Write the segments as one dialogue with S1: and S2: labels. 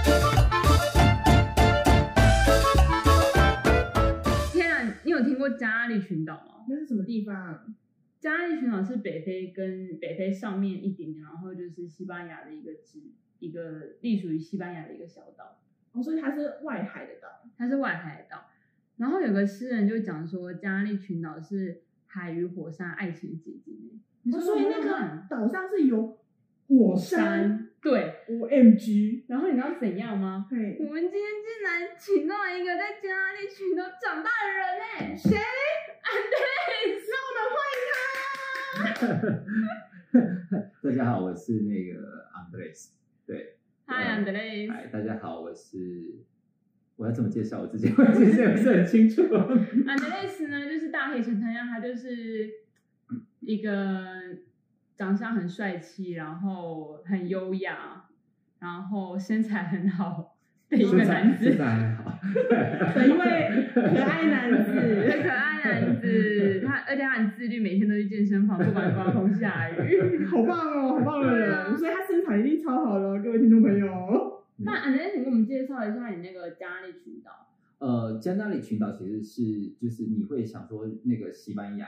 S1: 啊过加那利群岛吗？
S2: 那是什么地方、啊？
S1: 加那利群岛是北非跟北非上面一点点，然后就是西班牙的一个支一个隶属于西班牙的一个小岛，
S2: 哦，所以它是外海的岛。
S1: 它是外海岛。然后有个诗人就讲说，加那利群岛是海与火山爱情结晶。你
S2: 哦
S1: 说
S2: 所以那
S1: 说看
S2: 个岛上是有火山。
S1: 对，
S2: O M G，
S1: 然后你知道怎样吗？
S2: 嘿，
S1: 我们今天竟然请到了一个在加拿大群岛长大的人哎、
S2: 谁？
S3: 大家好，我是那个 Andres。
S1: 嗨
S3: 嗨，
S1: ，Andres，
S3: 大家好，我是我要怎么介绍我自己？我其实也不是很清楚。
S1: Andres 呢，就是大黑想参加，他就是一个长相很帅气，然后很优雅，然的身材很好的一个
S3: 身材
S1: 男
S3: 身
S1: 子，
S3: 材还好，
S2: 有一位可爱男
S1: 很
S2: 子，
S1: 可爱男子，他而且他很自律，每天都去健身房，不管刮风下雨。
S2: 好棒哦，好棒的
S1: 对啊
S2: 人，所以他身材一定超好的哦，各位听众朋友。
S1: 那 Andres，你给我们介绍一下你那个加拿大群岛，
S3: 呃，加那利群岛其实是就是你会想说哦那个西班牙，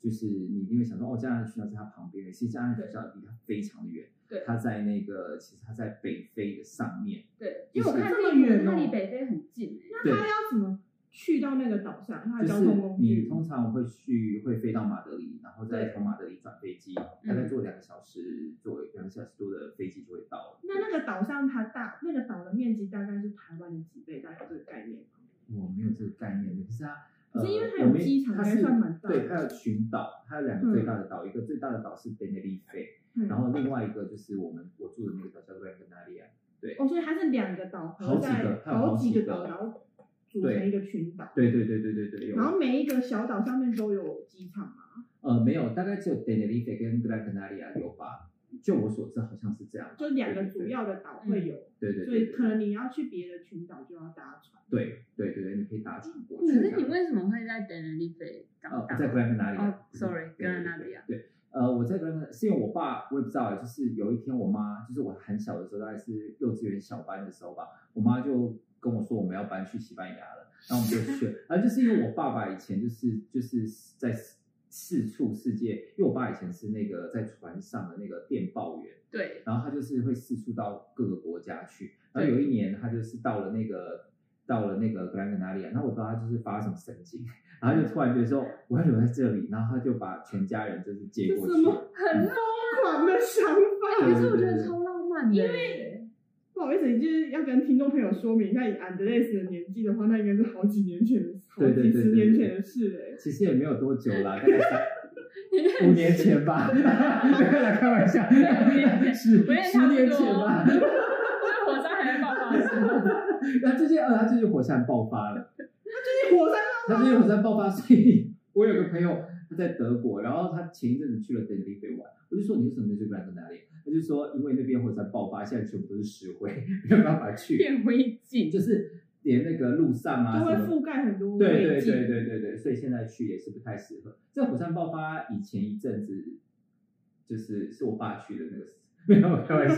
S3: 就是你一定会想说哦，加那利群岛在它旁边，其实加那利群岛离它非常的远，
S1: 对
S3: 它在那个其实它在北非的上面，
S1: 对，因为我看
S2: 这么
S1: 地
S2: 远
S1: 图，它
S2: 哦
S1: 离北非很近哎、
S3: 对
S2: 那他要怎么去到那个岛上？他的
S3: 就
S2: 交
S3: 是
S2: 通工
S3: 你
S2: 具？
S3: 通常会去会飞到马德里，然后再
S2: 对嗯
S3: 从马德里转飞机，大概坐两个小时左右，两个小时多的飞机就会到了。
S2: 那那个岛上它大，那个岛的面积大概是台湾的几倍？大概有这个概念吗？
S3: 我没有这个概念，可是它，
S2: 可是因为它
S3: 呃
S2: 有
S3: 我们
S2: 机场
S3: 它
S2: 应该
S3: 是
S2: 算蛮大的
S3: 对，它有群岛，它有两个最大的岛，一个最大的岛是 Tenerife，
S2: 嗯
S3: 然后另外一个就是我们我住的那个岛叫 Gran Canaria，
S2: 哦，所以它是两个岛合
S3: 好几
S2: 在
S3: 个它有好
S2: 几
S3: 几
S2: 个
S3: 个
S2: 岛，然后组成一个群岛。
S3: 对对对对对对，有
S2: 然后每一个小岛上面都有机场嘛？
S3: 呃没有，大概只有 Tenerife 跟 Gran Canaria 有吧？就我所知好像是这样，
S2: 就两个主要的岛会有，
S3: 对对
S2: 所以
S3: 对
S2: 可
S3: 对
S2: 能你要去别的群岛就要搭船。
S3: 对对对对，你可以搭船过
S2: 嗯
S1: 可
S3: 去。这
S1: 是
S3: 样
S1: 你为什么会在 d e n e r i 长
S3: 呃
S1: 大？，
S3: 啊在 Gran
S1: 哦
S3: Canaria。
S1: ，sorry，
S3: 嗯
S1: 啊
S3: 对
S1: Gran
S3: 对
S1: Canaria
S3: 对，呃，我在 Gran Canaria 是因为我爸，我也不知道，就是有一天我妈，就是我很小的时候，大概是幼稚园小班的时候吧，我妈就跟我说我们要搬去西班牙了，然后我们就去了， 然后就是因为我爸爸以前就是就是在四四处世界，因为我爸以前是那个在船上的那个电报员。
S1: 对，
S3: 然后他就是会四处到各个国家去。然后有一年，他就是到了那个到了那个 Gran Canaria，然后我不知道他就是发什么神经，然后就突然觉得说我要留在这里，然后他就把全家人就是接过
S2: 这什
S3: 去。
S2: 么
S1: 很浪
S2: 疯狂的想法。
S1: 漫，可是我觉得超浪漫的，
S2: 因为不好意思，你就是要跟听众朋友说明，一下，以 Andres 的年纪的话，那应该是好几年前的，好
S3: 对对
S2: 几
S3: 对
S2: 十
S3: 对
S2: 年
S3: 对
S2: 前的事欸嘞、
S3: 其实也没有多久啦，大概三五年前吧，没有啦，开玩笑，
S1: 五年前
S3: 十
S1: 我也差
S3: 十
S1: 不多
S3: 年前吧。
S1: 这火山还在爆发的时候，
S3: 然后最近，呃，他最近火山爆发了。
S2: 就是火山
S3: 他最近火山爆发，所以我有个朋友他在德国，然后他前一阵子去了 Tenerife 玩，我就说你为什么没有去 Gran Canaria？他就说因为那边火山爆发，现在全部都是石灰， 没有办法去，
S1: 变灰烬，
S3: 就是连那个路上啊
S2: 就会
S3: 什么。
S2: 覆盖很多
S3: 对
S2: 味
S3: 对
S2: 精。
S3: 对对对对，所以现在去也是不太适合。这火山爆发以前一阵子，就是是我爸去的那个 时，没有开玩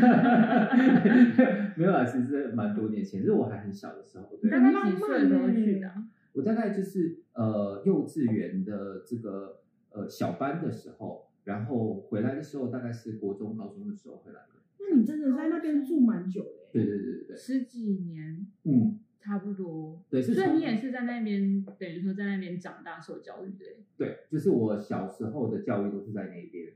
S3: 笑， 没有啦，其实蛮多年前，就是我还很小的时候，对
S1: 大。概几岁的时候去的啊？
S3: 我大概就是呃幼稚园的这个呃小班的时候，然后回来的时候大概是国中、高中的时候回来的。
S2: 那你真的在那边住蛮久的、欸，
S3: 对对对对对，
S1: 十几年
S3: 嗯，
S1: 差不多，
S3: 对，是
S1: 所以
S3: 从
S1: 你也是在那边，等于说在那边长大受教育的，
S3: 对，就是我小时候的教育都是在那边。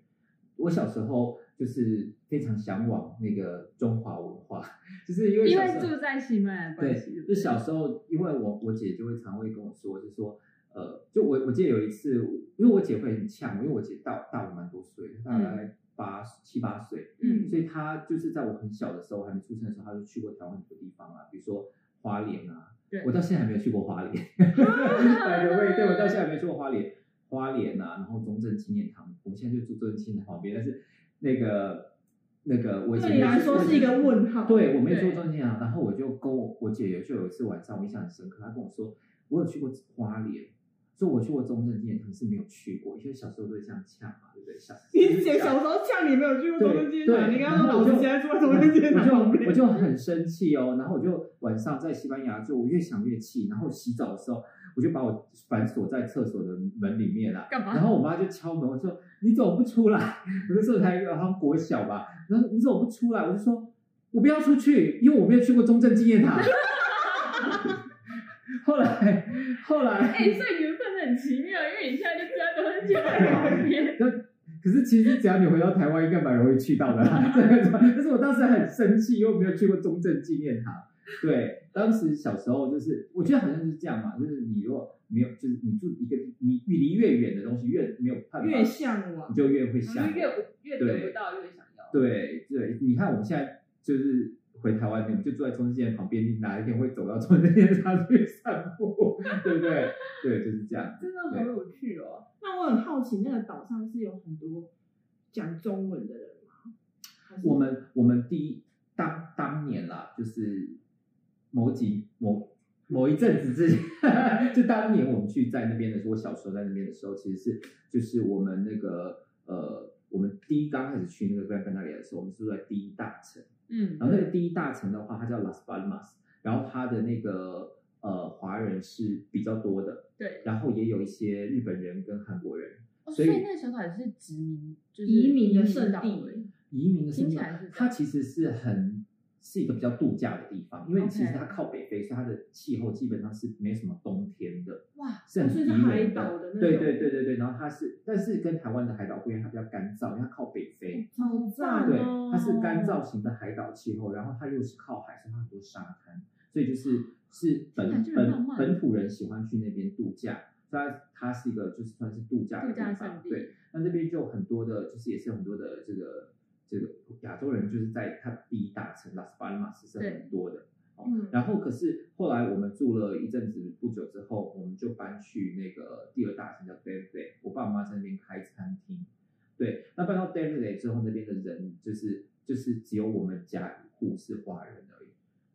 S3: 我小时候就是非常向往那个中华文化，就是因为
S1: 因
S3: 小时
S1: 为
S3: 候
S1: 住在西班牙的关系，对
S3: 对，
S1: 不对
S3: 就小时候，因为我我姐就会常会跟我说，就说呃，就我我记得有一次，因为我姐会很呛我，因为我姐大大我蛮多岁，大我大概八、七八岁，
S1: 嗯
S3: 所以她就是在我很小的时候，还没出生的时候，她就去过台湾很多地方啊，比如说花莲啊
S2: 嗯
S1: 对，
S3: 我到现在还没有去过花莲，
S2: 啊
S3: 百个 位，对我到现在还没去过花莲，花莲啊，然后中正纪念堂，我们现在就住中正纪念堂旁边，但是那个那个我姐
S2: 对你来说是一个问号。
S3: 对，我没
S1: 对
S3: 做中间啊，然后我就跟我我姐有就有一次晚上，我印象很深刻，她跟我说，我有去过花莲，所以我去过中正纪念堂是没有去过，因为小时候都会这样呛嘛，对不对？小
S2: 你姐小时候呛你没有去过中正纪念
S3: 对
S2: 堂，
S3: 对，
S2: 你刚
S3: 然
S2: 刚
S3: 后
S2: 老
S3: 我
S2: 子
S3: 就
S2: 现在住在中正纪念堂 旁
S3: 我
S2: 边，
S3: 就我就很生气哦，然后我就晚上在西班牙就我越想越气，然后洗澡的时候。我就把我反锁在厕所的门里面啦。啊
S1: 干嘛？
S3: 然后我妈就敲门，我说你怎么不出来？ 我那时候才好像国小吧，然后你怎么不出来？我就说我不要出去，因为我没有去过中正纪念堂。 后来，后来，
S1: 哎、所以缘分很奇妙，因为你现在就知道怎么去旁边。
S3: 可是其实只要你回到台湾，应该蛮容易去到的啦。对但是我当时很生气，因为我没有去过中正纪念堂。对，当时小时候就是，我觉得好像就是这样嘛，就是你如果没有，就是你住一个地，你越离越远的东西越没有办法，
S2: 越向往
S3: 你。就越会
S4: 我
S3: 想
S1: 嗯
S4: 就。越越得不到越想要。
S3: 对对，你看我们现在就是回台湾，你们就住在中正纪念旁边，你哪一天会走到中正纪念堂去散步， 对不对？对，就是这样。
S4: 真的好有趣哦！
S2: 那我很好奇，那个岛上是有很多讲中文的人吗？还是哦
S3: 我们我们第一当当年啦，就是某几某某一阵子之前， 就当年我们去在那边的时候，我小时候在那边的时候，其实是就是我们那个呃，我们第一刚开始去那个 Gran Canaria 的时候，我们是住在第一大城。
S1: 嗯，
S3: 然后那个第一大城的话，它叫 Las Palmas，然后它的那个呃华人是比较多的，
S1: 对。
S3: 然后也有一些日本人跟韩国人
S1: 哦
S3: 所
S1: 所
S3: 以
S1: 以那个小岛也是殖民，就是
S2: 移民的圣
S1: 岛
S2: 地
S1: 而已，
S3: 移民的身
S1: 听起
S3: 份
S1: 来是这样，
S3: 它其实是很是一个比较度假的地方，因为
S1: OK
S3: 其实它靠北非，所以它的气候基本上是没什么冬天的，
S1: 哇，
S3: 是很
S2: 哦所以是
S3: 宜
S2: 海
S3: 人
S2: 岛的那
S3: 对
S2: 种
S3: 对对对对，然后它是，但是跟台湾的海岛不一样，它比较干燥，因为它靠北非。
S2: 好赞
S3: 对
S2: 哦！，
S3: 它是干燥型的海岛气候，然后它又是靠海，所以它很多沙滩，所以就是是
S1: 天
S3: 本
S1: 哪这很浪
S3: 本
S1: 漫欸
S3: 本土人喜欢去那边度假，所以它它是一个就是算是度假的
S1: 度假
S3: 地
S1: 胜
S3: 方，
S1: 地
S3: 对。那那边就有很多的，就是也是有很多的这个这个亚洲人，就是在它第一大城拉斯巴 a 马斯是
S1: 对
S3: 很多的。
S2: 嗯，
S3: 然后可是后来我们住了一阵子不久之后，我们就搬去那个第二大城叫 d a v d a y 我爸妈在那边开餐厅。对，那搬到 d a v d a y 之后，那边的人就是就是只有我们家一户是华人而已，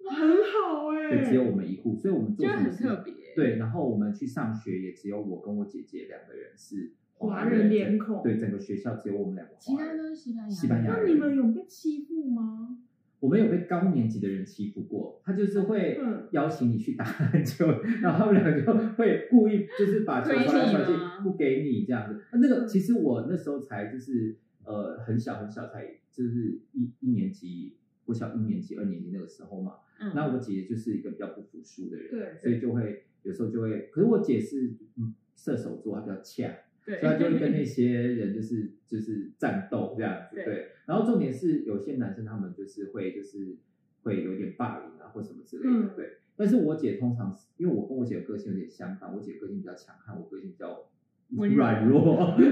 S2: 很好哎、
S3: 对，只有我们一户，所以我们
S1: 就
S3: 做
S1: 是
S3: 什么
S1: 很
S3: 事
S1: 特别。，
S3: 对，然后我们去上学也只有我跟我姐姐两个人是
S2: 华
S3: 人
S2: 人脸孔
S3: 对，整个学校只有我们两个
S1: 其
S3: 华
S1: 他
S3: 人。
S1: 都是西班牙人，
S3: 西班牙人
S2: 那你们有被欺负吗？
S3: 我们有被高年级的人欺负过，他就是会
S2: 嗯
S3: 邀请你去打篮球，然后他们俩就会故意就是把球
S1: 推
S3: 传来
S1: 你
S3: 传去
S1: 吗，
S3: 不给你这样子。那那个其实我那时候才就是呃很小很小才就是一一年级，我小一年级二年级那个时候嘛，
S1: 嗯，
S3: 那我姐姐就是一个比较不服输的人，
S2: 对
S3: 所以就会有时候就会，可是我姐是嗯射手座，她比较呛，
S1: 对，
S3: 所以他就会跟那些人就是就是战斗这样子，
S1: 对
S3: 对。然后重点是有些男生他们就是会就是会有点霸凌啊或什么之类
S2: 嗯
S3: 的，对。但是我姐通常是因为我跟我姐的个性有点相反，我姐个性比较强悍，我个性比较。
S1: 温柔
S3: 软弱， 我比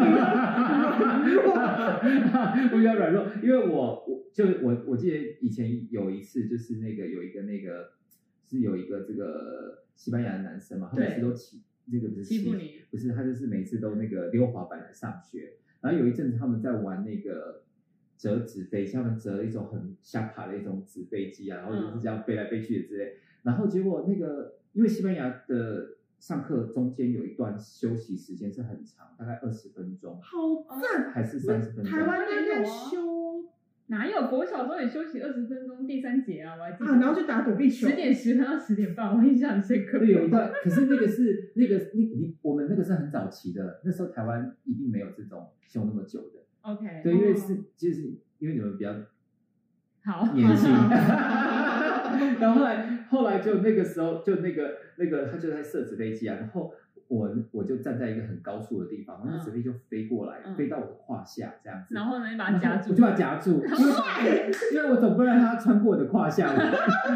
S3: 较软弱，因为我我就我我记得以前有一次就是那个有一个那个是有一个这个西班牙的男生嘛，他每次
S1: 对
S3: 都欺那个不 是
S1: 欺负你，
S3: 不是，他就是每次都那个溜滑板来上学。然后有一阵子他们在玩那个折纸飞机，他们折一种很下爬的一种纸飞机啊，然后
S2: 嗯
S3: 就是这样飞来飞去的之类。然后结果那个因为西班牙的上课中间有一段休息时间是很长，大概二十分钟
S2: 好赞！
S3: 还是哦三十分钟。
S2: 台湾那
S1: 有
S2: 边
S1: 啊
S2: 修
S1: 哪有国小时候也休息二十分钟，第三节啊，我还记得。
S2: 啊，然后就打躲避球
S1: 十，点十分到十点半，我印象很深刻。
S3: 对，有一段，可是那个是那个那你我们那个是很早期的，那时候台湾一定没有这种休那么久的。
S1: OK，
S3: 对，因为是就是因为你们比较
S1: 好，
S3: 年轻。 然后后来后来就那个时候就那个那个他就在射纸飞机啊，然后我我就站在一个很高处的地方，然后纸飞机就飞过来，
S1: 嗯
S3: 飞到我的胯下这样子。
S1: 然后呢，你把它
S3: 然后
S1: 夹住，
S3: 我就把它 夹住，因为因为我总不能让它穿过我的胯下嘛。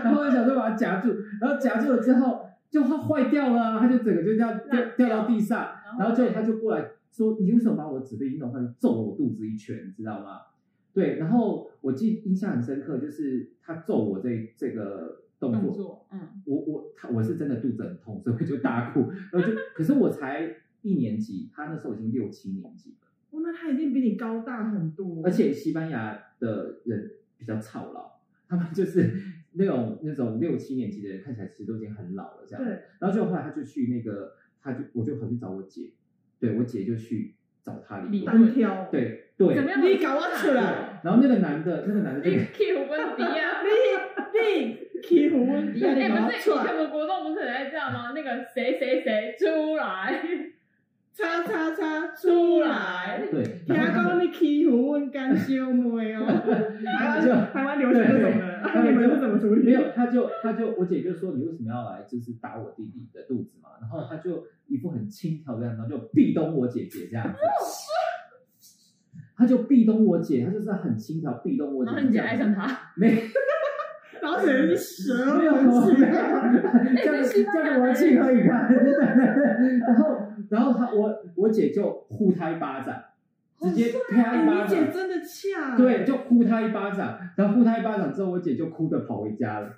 S3: 然后我想说把它夹住，然后夹住了之后，就它坏掉了啊，它就整个就这样掉掉到地上，然后就他就过来说：“你为什么把我的纸飞机弄坏？”揍了我肚子一拳，你知道吗？对，然后我记印象很深刻，就是他揍我这这个动作，
S1: 动作，嗯，
S3: 我我他我是真的肚子很痛，所以我就大哭。然后就可是我才一年级，他那时候已经六七年级了，
S2: 哇，那他一定比你高大很多，
S3: 而且西班牙的人比较操劳，他们就是那种那种六七年级的人，看起来其实都已经很老了这样。
S2: 对，
S3: 然后就后来他就去那个，他就我就跑去找我姐，对我姐就去找他理
S1: 理
S3: 论，
S2: 单挑，，
S3: 对对，
S1: 怎么样？哎
S2: 你搞我出
S3: 对
S2: 来，
S3: 然后那个男的，那个男的就
S1: 你 Q 问题啊，
S2: 你哎 你欺负我， 你
S1: 哎、
S2: 把
S1: 不
S2: 我
S1: 是以
S2: 踹
S1: 前我们国中不是很爱这样吗？那个谁谁谁出来，
S2: 叉叉叉 出来。
S3: 对，
S2: 听
S3: 然后他
S2: 讲
S3: 们
S2: 你欺负阮干小妹 哦，台
S3: 就
S2: 湾台湾流行这种的， 啊你们是怎么处理？
S3: 没有，他就他就我姐就说你为什么要来就是打我弟弟的肚子嘛，然后他就一副很轻佻的样子，然后就壁咚我姐姐这样子。
S1: 哦
S3: 他就壁咚我姐，他就是很轻佻壁咚我姐
S1: 然后你
S3: 这样子。
S1: 姐爱上他，
S3: 没
S2: 然后人是蛇，
S3: 没有
S2: 很奇怪
S3: 这样子这样子我情何以堪？然后然后他我我姐就呼他一巴掌，直接啪一
S2: 哎
S3: 巴
S2: 你姐
S3: 掌，
S2: 真的恰，
S3: 对，就呼他一巴掌，然后呼他一巴掌之后，我姐就哭着跑回家了。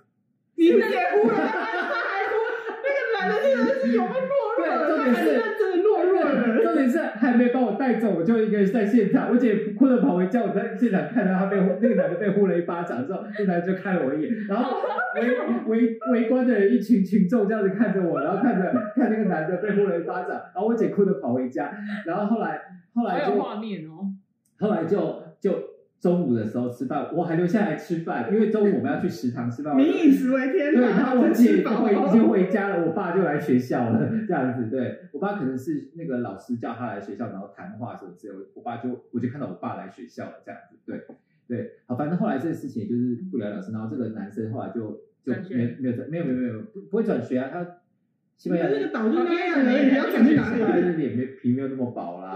S2: 你姐哭了，她还哭，那个男的真的是有被懦弱
S3: 对
S2: 了，
S3: 重
S2: 他
S3: 点
S2: 还
S3: 是
S2: 是认真的 懦弱了。
S3: 重点是还没把我带走，我就一个人在现场。我姐哭着跑回家，我在现场看到她被呼那个男的被呼了一巴掌之后，那男的就看了我一眼，然后围围围观的人一群群众这样子看着我，然后看着看那个男的被呼了一巴掌，然后我姐哭着跑回家，然后后来后
S1: 好
S3: 来
S1: 有
S3: 就
S1: 画面哦。
S3: 后来就就中午的时候吃饭，我还留下来吃饭，因为中午我们要去食堂吃饭。我就
S2: 民以食为天
S3: 对，然
S2: 啦，
S3: 后我
S2: 真
S3: 姐
S2: 是
S3: 就
S2: 宝
S3: 回已经回家了，我爸就来学校了，这样子。对我爸可能是那个老师叫他来学校，然后谈话什么之类的。我爸就我就看到我爸来学校了，这样子。对对，好，反正后来这个事情也就是不了了之。然后这个男生后来就就
S1: 转学
S3: 没没有在没有没有没有不不会转学啊，他西
S2: 你
S3: 班牙
S2: 们那
S3: 人
S2: 个岛就那样而已，你要想去哪
S3: 西班牙
S2: 里？啊
S3: 人脸没皮没有那么薄啦。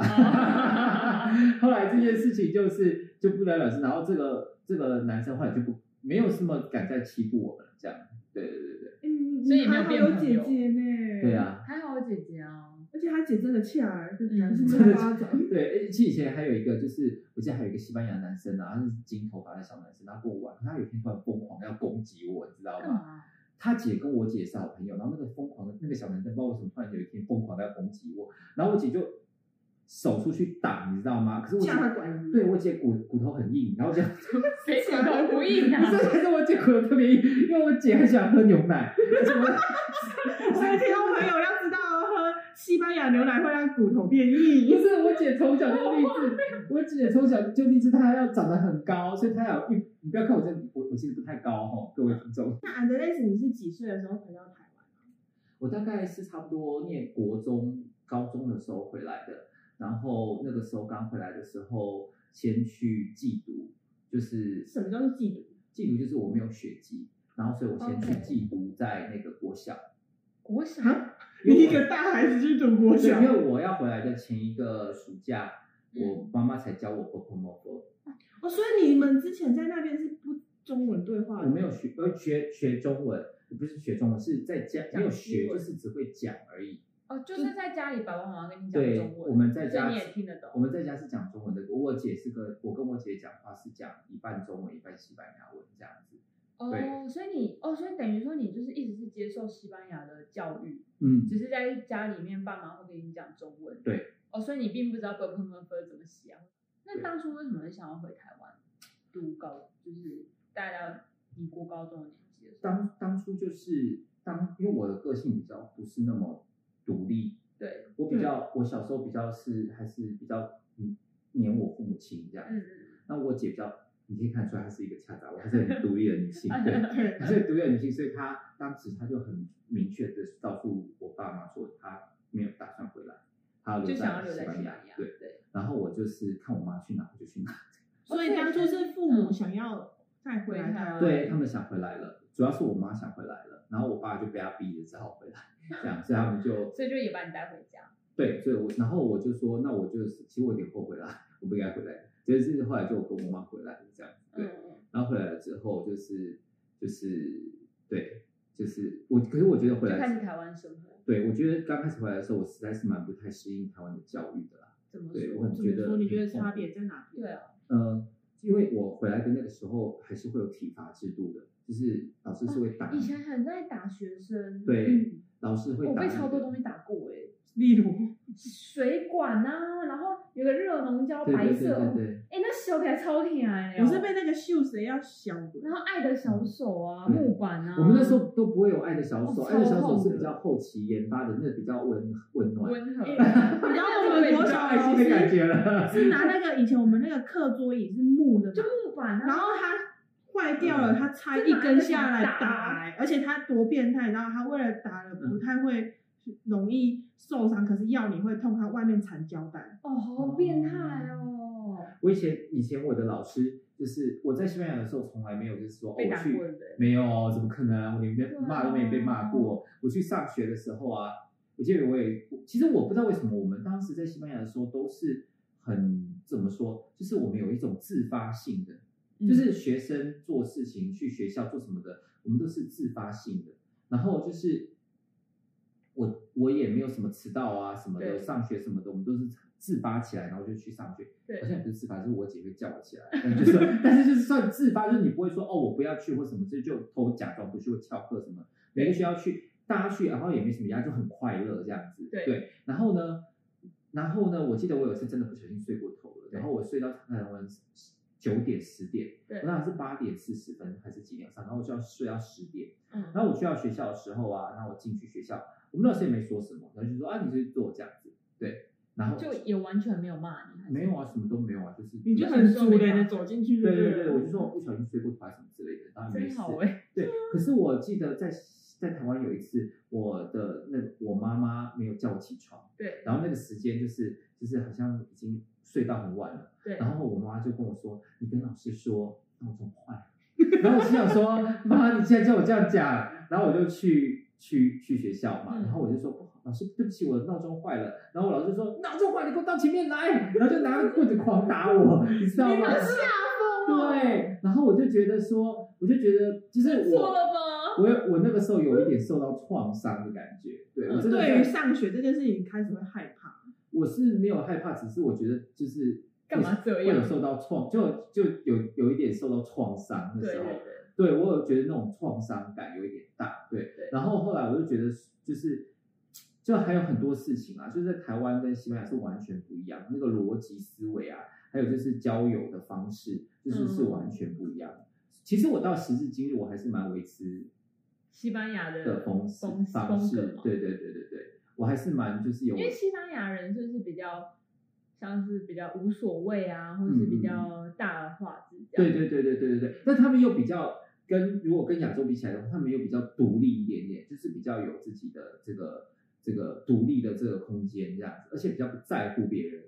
S1: 哦
S3: 后来这件事情就是就不了了之，然后这个这个男生后来就不没有什么敢再欺负我们了，这样。对对对对，
S2: 嗯
S1: 所以
S2: 你
S1: 也没有
S2: 还好
S1: 变
S2: 有
S1: 朋
S2: 姐
S1: 友
S2: 姐呢。
S3: 对。啊，
S1: 还好我姐姐啊，
S2: 而且他姐真的恰欸，就男 生
S3: 嗯
S2: 真的巴掌。
S3: 对，而且以前还有一个就是，我记得还有一个西班牙男生啊，他是金头发的小男生，他跟我玩，他有一天突然疯狂要攻击我，你知道
S1: 干
S3: 吗？
S1: 嘛？
S3: 他姐跟我姐是好朋友，然后那个疯狂的那个小男生，不知道为什么突然有一天疯狂的要攻击我，然后我姐就手出去挡，你知道吗？可是我姐
S2: 架他管子
S3: 对我姐骨骨头很硬，然后我就。
S1: 谁骨头不硬啊
S3: 不？是，可是我姐骨头特别硬，因为我姐很喜欢喝牛奶， 而且 我
S2: 所以听众朋友要知道哦，喝西班牙牛奶会让骨头变硬
S3: 不。是我姐从小就励志，我姐从小就励志，她要长得很高，所以她有一，你不要看我这，我我其实不太高哈，各位听众，
S2: 那 a n d r e s 你是几岁的时候回到台湾？
S3: 我大概是差不多念国中、高中的时候回来的，然后那个时候刚回来的时候，先去寄读，就是
S2: 什么叫做寄读？
S3: 寄读就是我没有学籍，然后所以我先去寄读在那个国小。
S1: 国小
S2: 啊
S3: 因
S2: 你
S3: 为
S2: 一
S3: 我
S2: 个大孩子去读国
S3: 对，
S2: 小
S3: 因，为我要回来的前一个暑假，
S1: 嗯
S3: 我妈妈才教我 p o p o m o p o
S2: 哦，所以你们之前在那边是不中文对话
S3: 我没有学，呃，学学中文，不是学中文，是在家
S1: 讲
S3: 没有学，
S1: 英
S3: 就
S1: 文
S3: 是只会讲而已。
S1: 哦，就是在家里爸爸妈妈跟你讲
S3: 对
S1: 中，文，
S3: 我们在
S1: 所
S3: 家
S1: 以你也听得懂
S3: 我们在家是讲中文的。我姐是个，我跟我姐讲话是讲一半中文，一半西班牙文这样子。
S1: 哦，所以你哦，所以等于说你就是一直是接受西班牙的教育，
S3: 嗯，
S1: 只是在家里面爸妈会跟你讲中文。
S3: 对。
S1: 哦，所以你并不知道 b u r m e r 怎么写啊？那
S3: 对
S1: 当初为什么会想要回台湾读高？就是大家你国高中的年纪的时候，
S3: 当当初就是当，因为我的个性比较不是那么独立，
S1: 对，
S3: 我比
S1: 嗯
S3: 较，我小时候比较是还是比较嗯黏我父母亲这样子。
S1: 嗯嗯，
S3: 那我姐比较，你可以看出来她是一个恰杂，我还是很独立 的女性， 对，
S2: 对
S3: 她是很独立的女性，所以她当时她就很明确的告诉我爸妈说，她没有打算回来，她
S1: 嗯就
S3: 留
S1: 想要留
S3: 西
S1: 在
S3: 班
S1: 西
S3: 牙
S1: 班牙，，
S3: 对。哦啊
S1: 对，
S3: 然后我就是看我妈去哪我就去哪，
S2: 所以当初是父
S3: 嗯
S2: 母想要再回来
S1: 嗯
S2: 台湾，
S3: 对他们想回来了，主要是我妈想回来了，然后我爸就被她逼的只好回来，这样，所以他们就
S1: 所以就也把你带回家。
S3: 对，所以我然后我就说，那我就是其实我有点后悔啦，我不应该回来，就是后来就我跟我妈回来这样，对。
S1: 嗯嗯，
S3: 然后回来了之后就是就是对，就是我，可是我觉得回
S1: 就开
S3: 来
S1: 始，台湾生活，
S3: 对我觉得刚开始回来的时候，我实在是蛮不太适应台湾的教育的啦。
S1: 怎么
S3: 对我
S1: 说？
S3: 很
S2: 怎
S3: 觉
S2: 么
S3: 得
S2: 说？你觉得
S3: 很痛
S2: 差别在哪边？
S1: 对啊，
S3: 呃，因为我回来的那个时候还是会有体罚制度的，就是老师是会打，
S1: 啊以前很爱打学生，
S3: 对
S1: 嗯
S3: 老师会
S1: 我
S3: 打你
S1: 被
S3: 的，
S1: 超多东西打过哎、
S2: 例
S3: 嗯
S2: 如，
S1: 水管啊，然后有个热熔胶
S3: 对
S1: 白
S3: 对对
S1: 色，
S3: 对
S1: 哎、
S3: 对，
S1: 那手起来超甜哎、
S2: 我是被那个秀谁要小的，
S1: 然后爱的小手啊，
S3: 对
S1: 木板啊，
S3: 嗯我们那时候都不会有爱的小手，
S1: 哦
S3: 爱的小
S1: 超
S3: 手
S1: 痛
S3: 是
S1: 的
S3: 比较后期研发的，那比较温温暖，
S1: 温 和，
S2: 哎你知道我们国
S3: 比较
S2: 小
S3: 爱
S2: 老
S3: 心的感
S2: 师
S3: 觉了。
S2: 是拿那个以前我们那个课桌椅是木的嘛，
S1: 就木板啊，
S2: 然后他坏掉
S3: 嗯
S2: 了，他拆一根下来
S4: 这
S2: 打、
S4: 拿
S2: 欸而且他多变态，你知道他为了打了不太会容易受伤，可是药你会痛，他外面缠胶带。
S4: 哦，好变态哦！
S3: 我以前以前我的老师就是我在西班牙的时候，从来没有就是说哦
S1: 被
S3: 我
S1: 打过
S3: 去
S1: 对不对
S3: 没有，哦怎么可能？我连被
S4: 对啊
S3: 骂都没被骂过。我去上学的时候啊，我记得我也其实我不知道为什么我们当时在西班牙的时候都是很怎么说，就是我们有一种自发性的，
S1: 嗯
S3: 就是学生做事情、去学校做什么的，我们都是自发性的。然后就是我我也没有什么迟到啊什么的，
S1: 对
S3: 上学什么的，我们都是自发起来，然后就去上学。
S1: 对
S3: 好像也不是自发，就是我姐会叫 我起来，但就是但是就是算自发，就是你不会说哦我不要去或什么，这就偷假装不去或翘课什么。每个学校去，大家去，然后也没什么压力，就很快乐这样子。
S1: 对
S3: 然后呢，然后呢，我记得我有一次真的不小心睡过头了，
S1: 对
S3: 然后我睡到可能九点十点，
S1: 对
S3: 我那是八点四十分还是几点上，然后我就要睡到十点。
S1: 嗯
S3: 然后我去到学校的时候啊，然后我进去学校，我们老师也没说什么，然后就说啊你去做这样子，对，然后
S1: 就也完全没有骂你，还是
S3: 没有啊，什么都没有啊，就是
S2: 你就很熟人的走进去就
S3: 对对
S2: 了
S3: 对，我就说我不小心睡过头啊什么之类的，当然没
S1: 嗯真
S3: 事。
S1: 好哎，
S3: 对，可是我记得在在台湾有一次，我的那个我妈妈没有叫我起床，
S1: 对
S3: 然后那个时间就是就是好像已经睡到很晚了，
S1: 对，
S3: 然后我妈就跟我说：“你跟老师说闹钟坏了。” 然后我心想说：“妈，你现在叫我这样讲。”然后我就去去去学校嘛，
S1: 嗯
S3: 然后我就说：“不好，老师，对不起，我的闹钟坏了。”然后我老师说：“闹钟坏了，你给我到前面来！”然后就拿那个棍子狂打我，你知道吗？对，然后我就觉得说，我就觉得就是
S4: 错
S3: 我，
S4: 了吧？
S3: 我有我那个时候有一点受到创伤的感觉，对我真的
S2: 对于
S3: 在
S2: 上学这件事情开始会害怕，
S3: 我是没有害怕，只是我觉得就是
S1: 干嘛这
S3: 会
S1: 样
S3: 有受到创，就就有有一点受到创伤的
S1: 对
S3: 时候，
S1: 对对，
S3: 对我有觉得那种创伤感有一点大，对。
S1: 对
S3: 然后后来我就觉得就是。就还有很多事情啊，就是在台湾跟西班牙是完全不一样，那个逻辑思维啊，还有就是交友的方式，就是是
S1: 嗯
S3: 完全不一样。其实我到时至今日，我还是蛮维持
S1: 西班牙的
S3: 的风
S1: 风风
S3: 方
S1: 格
S3: 式
S1: 嘛，，
S3: 对对对对对，我还是蛮就是有
S1: 因为西班牙人就是比较像是比较无所谓啊，或者是比较大而化之这
S3: 嗯对
S1: 样，
S3: 对对对对对对，但他们又比较跟如果跟亚洲比起来的话，他们又比较独立一点点，就是比较有自己的这个这个独立的这个空间这样子，而且比较不在乎别人，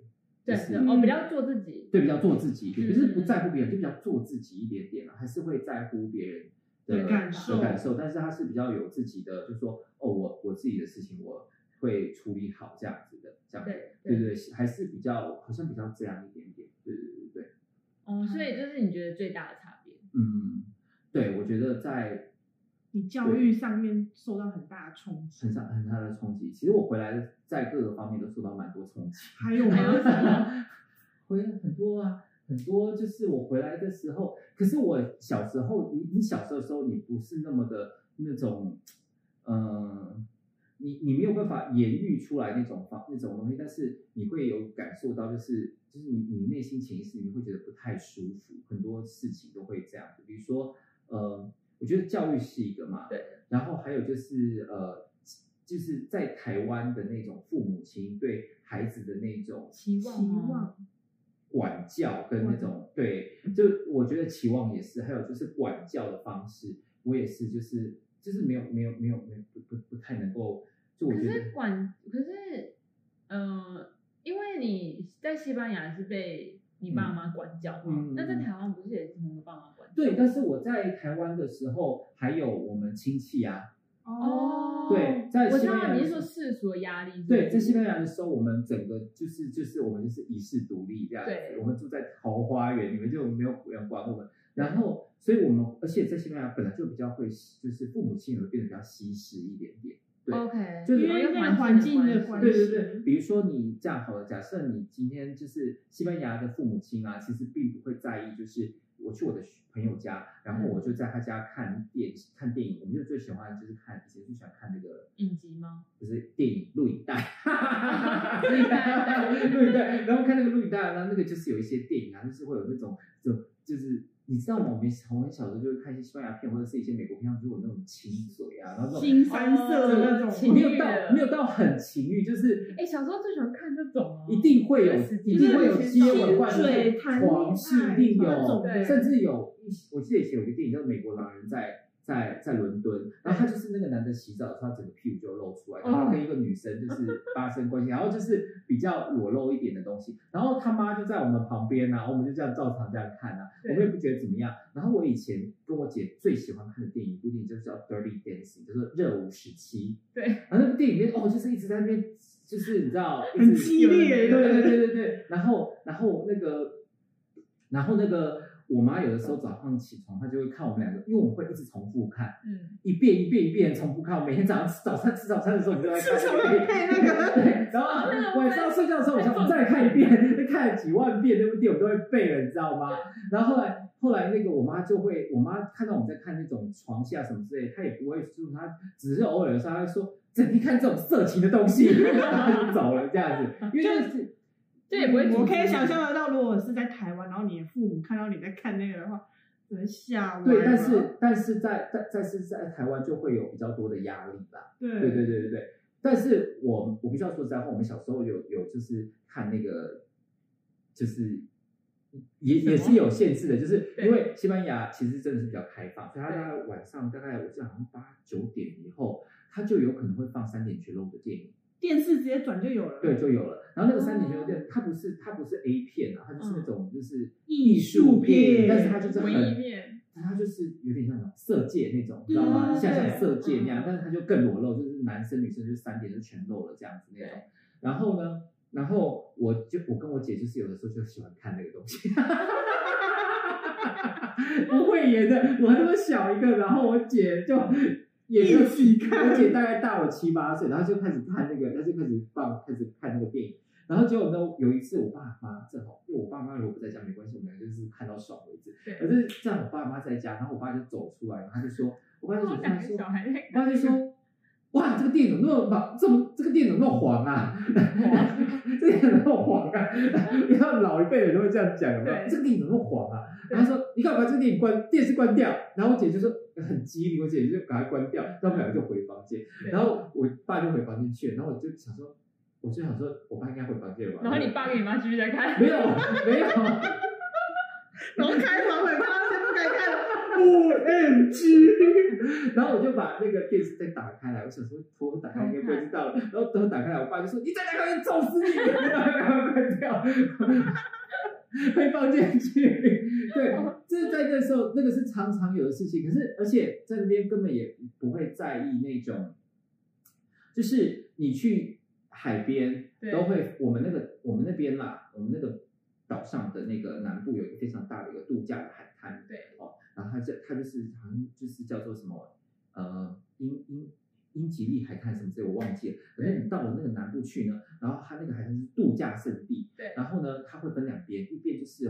S1: 对
S3: 就是嗯
S1: 对，哦，比较做自己，
S3: 对比较做自己一
S1: 嗯
S3: 点，就是不在乎别人，就比较做自己一点点啊，还是会在乎别人的
S2: 的感受
S3: 的感受，但是他是比较有自己的，就说哦，我我自己的事情我会处理好这样子的，这样子
S1: 对
S3: 对对，对还是比较好像比较这样一点点，对对对对。
S1: 哦，所以就是你觉得最大的差别，
S3: 嗯，对，我觉得在
S2: 你教育上面受到很大的冲击。
S3: 很大很大的冲击。其实我回来在各个方面都受到蛮多冲击，
S2: 还有吗
S1: 还有什么？
S3: 回来很多啊，很多就是我回来的时候，可是我小时候，你你小时候的时候，你不是那么的那种，嗯、你你没有办法言喻出来那种方那种东西，但是你会有感受到，就是就是你你内心潜意识里面会觉得不太舒服，很多事情都会这样子，比如说，呃，我觉得教育是一个嘛，
S1: 对，
S3: 然后还有就是呃。就是在台湾的那种父母亲对孩子的那种
S1: 期
S2: 希
S1: 望吗
S2: 望
S3: 管教跟那种对，就我觉得期望也是，还有就是管教的方式，我也是，就是就是没有没有没有没有不不不太能够，就我
S1: 可
S3: 觉
S1: 是
S3: 得
S1: 管，可是，呃，因为你在西班牙是被你爸妈管教嘛，
S3: 嗯嗯
S1: 那在
S3: 嗯
S1: 台湾不是也是从爸妈管教？
S3: 对，但是我在台湾的时候，还有我们亲戚啊，
S1: 哦，
S3: 对在
S1: 我知
S3: 西班
S1: 道啊你
S3: 牙
S1: 是
S3: 的时
S1: 说
S3: 候
S1: 世俗的压力，
S3: 对，在西班
S1: 牙，
S3: 牙的时候，我们整个就是就是我们就是一世独立这样子
S1: 对，
S3: 我们住在桃花源，你们就没有人管我们，然后所以我们而且在西班牙本来就比较会，就是父母亲也会变得比较西式一点点，对
S1: OK，
S3: 就是
S2: 因为那个
S1: 环
S2: 环境的
S1: 关
S2: 关
S1: 系
S3: 对
S2: 系
S3: 对对，比如说你这样好了，假设你今天就是西班牙的父母亲啊，其实并不会在意，就是我去我的朋友家，然后我就在他家看电看电影，我们就最喜欢就是看以前最喜欢看那个
S1: 影集吗？
S3: 不是电影录影带，录影带，录影带，然后看那个录影带，然后那个就是有一些电影啊，就是会有那种就就是你知道吗？我们从很小的时候就会看一些西班牙片或者是一些美国片，他们就有那种亲嘴啊，然后那种
S2: 新三色的那种，
S1: 哦情
S3: 没
S1: 侣
S3: 有到没有到很情欲，就是
S1: 哎，小时候最喜欢看这种哦，
S3: 一定会有，
S1: 就是
S3: 一定会有接吻，或
S2: 亲
S3: 者
S2: 嘴谈恋爱
S3: 皇室一定
S2: 那种
S1: 对
S3: 有，甚至有一些，我记得以前有一个电影叫《美国狼人在》在在伦敦，然后他就是那个男的洗澡的时候，他整个屁股就露出来，然
S2: 嗯
S3: 后跟一个女生就是发生关系，然后就是比较裸露一点的东西，然后他妈就在我们旁边啊，我们就这样照常这样看啊，
S1: 对
S3: 我们也不觉得怎么样。然后我以前跟我姐最喜欢看的电影一部电影就叫《Dirty Dancing》，就是热舞时期。
S1: 对，
S3: 然后那部电影里面哦，就是一直在那边，就是你知道，一直
S2: 很激烈，
S3: 对对对对对，然后然后那个，然后那个，我妈有的时候早上起床，她就会看我们两个，因为我们会一直重复看，
S1: 嗯，
S3: 一遍一遍一遍重复看。我每天早上早餐吃早餐的时候，我们就在看
S2: 吃
S3: 这
S2: 早
S3: 个
S2: 餐
S3: 电
S2: 配
S3: 影。
S2: 那个
S3: 对，然后啊晚上睡觉的时候，我想我再看一遍，看了几万遍那部电影，我都会背了，你知道吗？然后后来后来那个我妈就会，我妈看到我们在看那种床下什么之类，她也不会说，她只是偶尔的时候，她会说整天看这种色情的东西， 然后就走了这样子，因为就是。
S1: 这也不会。
S2: 我可以想，象得到，如果是在台湾，然后你的父母看到你在看那个的话，可能吓歪
S3: 对，
S2: 吧
S3: 但是但是在但但是在台湾就会有比较多的压力啦。
S2: 对
S3: 对对对对对。但是我我必须要说实在话，我们小时候有有就是看那个，就是也也是有限制的，就是因为西班牙其实真的是比较开放，所以它大概晚上大概我记得好像八九点以后，它就有可能会放三点全露的电影。
S2: 电视直接转就有了。
S3: 对，就有了。然后那个三点全片，它不是它不是 A 片啊，它就是那种就是
S2: 艺术片
S3: 但是它就是
S1: 文艺
S3: 很
S1: 面，
S3: 它就是有点像什么色戒那种，你知道吗？
S2: 对
S3: 像像色戒那样
S1: 嗯，
S3: 但是它就更裸露，就是男生女生就是三点就全露了这样子那种。然后呢，然后我就我跟我姐就是有的时候就喜欢看那个东西。 不会演的，我还那么小一个，然后我姐就也
S2: 一
S3: 就
S2: 起看
S3: 我姐大概大我七八岁，然后就开始看那个，她就开始放，开始看那个电影。然后结果呢，有一次我爸妈正好，因为我爸妈如果不在家没关系，我们俩就是看到爽为止。可
S1: 对，
S3: 是这样，我爸妈在家，然后我爸就走出来，然后他就说，我爸就走
S1: 我
S3: 出
S1: 两
S3: 来
S1: 个
S3: 说，
S1: 小孩 在
S3: 我爸就说，哇，这个电影怎么那么黄，这么 这个电影怎么那么黄啊？这个电影怎么那么黄啊？ 你看老一辈人都会这样讲，有没有
S1: 对
S3: 这个电影怎么那么黄啊？
S1: 对
S3: 然后说你赶快把这个电影关电视关掉。然后我姐就说很机灵，我姐就赶快关掉，然后我们两个就回房间。
S1: 对
S3: 然后我爸就回房间去了，然后我就想说，我就想说我爸应该回房间了吧？
S1: 然后你爸跟你妈继续在看，
S3: 没有没有，
S2: 然后开房门，他先不该看，O M G，
S3: 然后我就把那个电视再打开来，我想说我打开应该不会知道了。然后等我打开来，我爸就说你再打开，我就揍死你！ 然后赶快关 掉。回房间去，对，这是在那时候，那个是常常有的事情。可是，而且在那边根本也不会在意那种，就是你去海边
S1: 对
S3: 都会，我们那个我们那边啦，我们那个岛上的那个南部有一个非常大的一个度假的海滩，
S1: 对
S3: 哦，然后它叫它就是好像就是叫做什么呃英英。英吉利海滩什么之类，我忘记了。可是你到了那个南部去呢，然后它那个海滩是度假胜地，
S1: 对，
S3: 然后呢，它会分两边，一边就是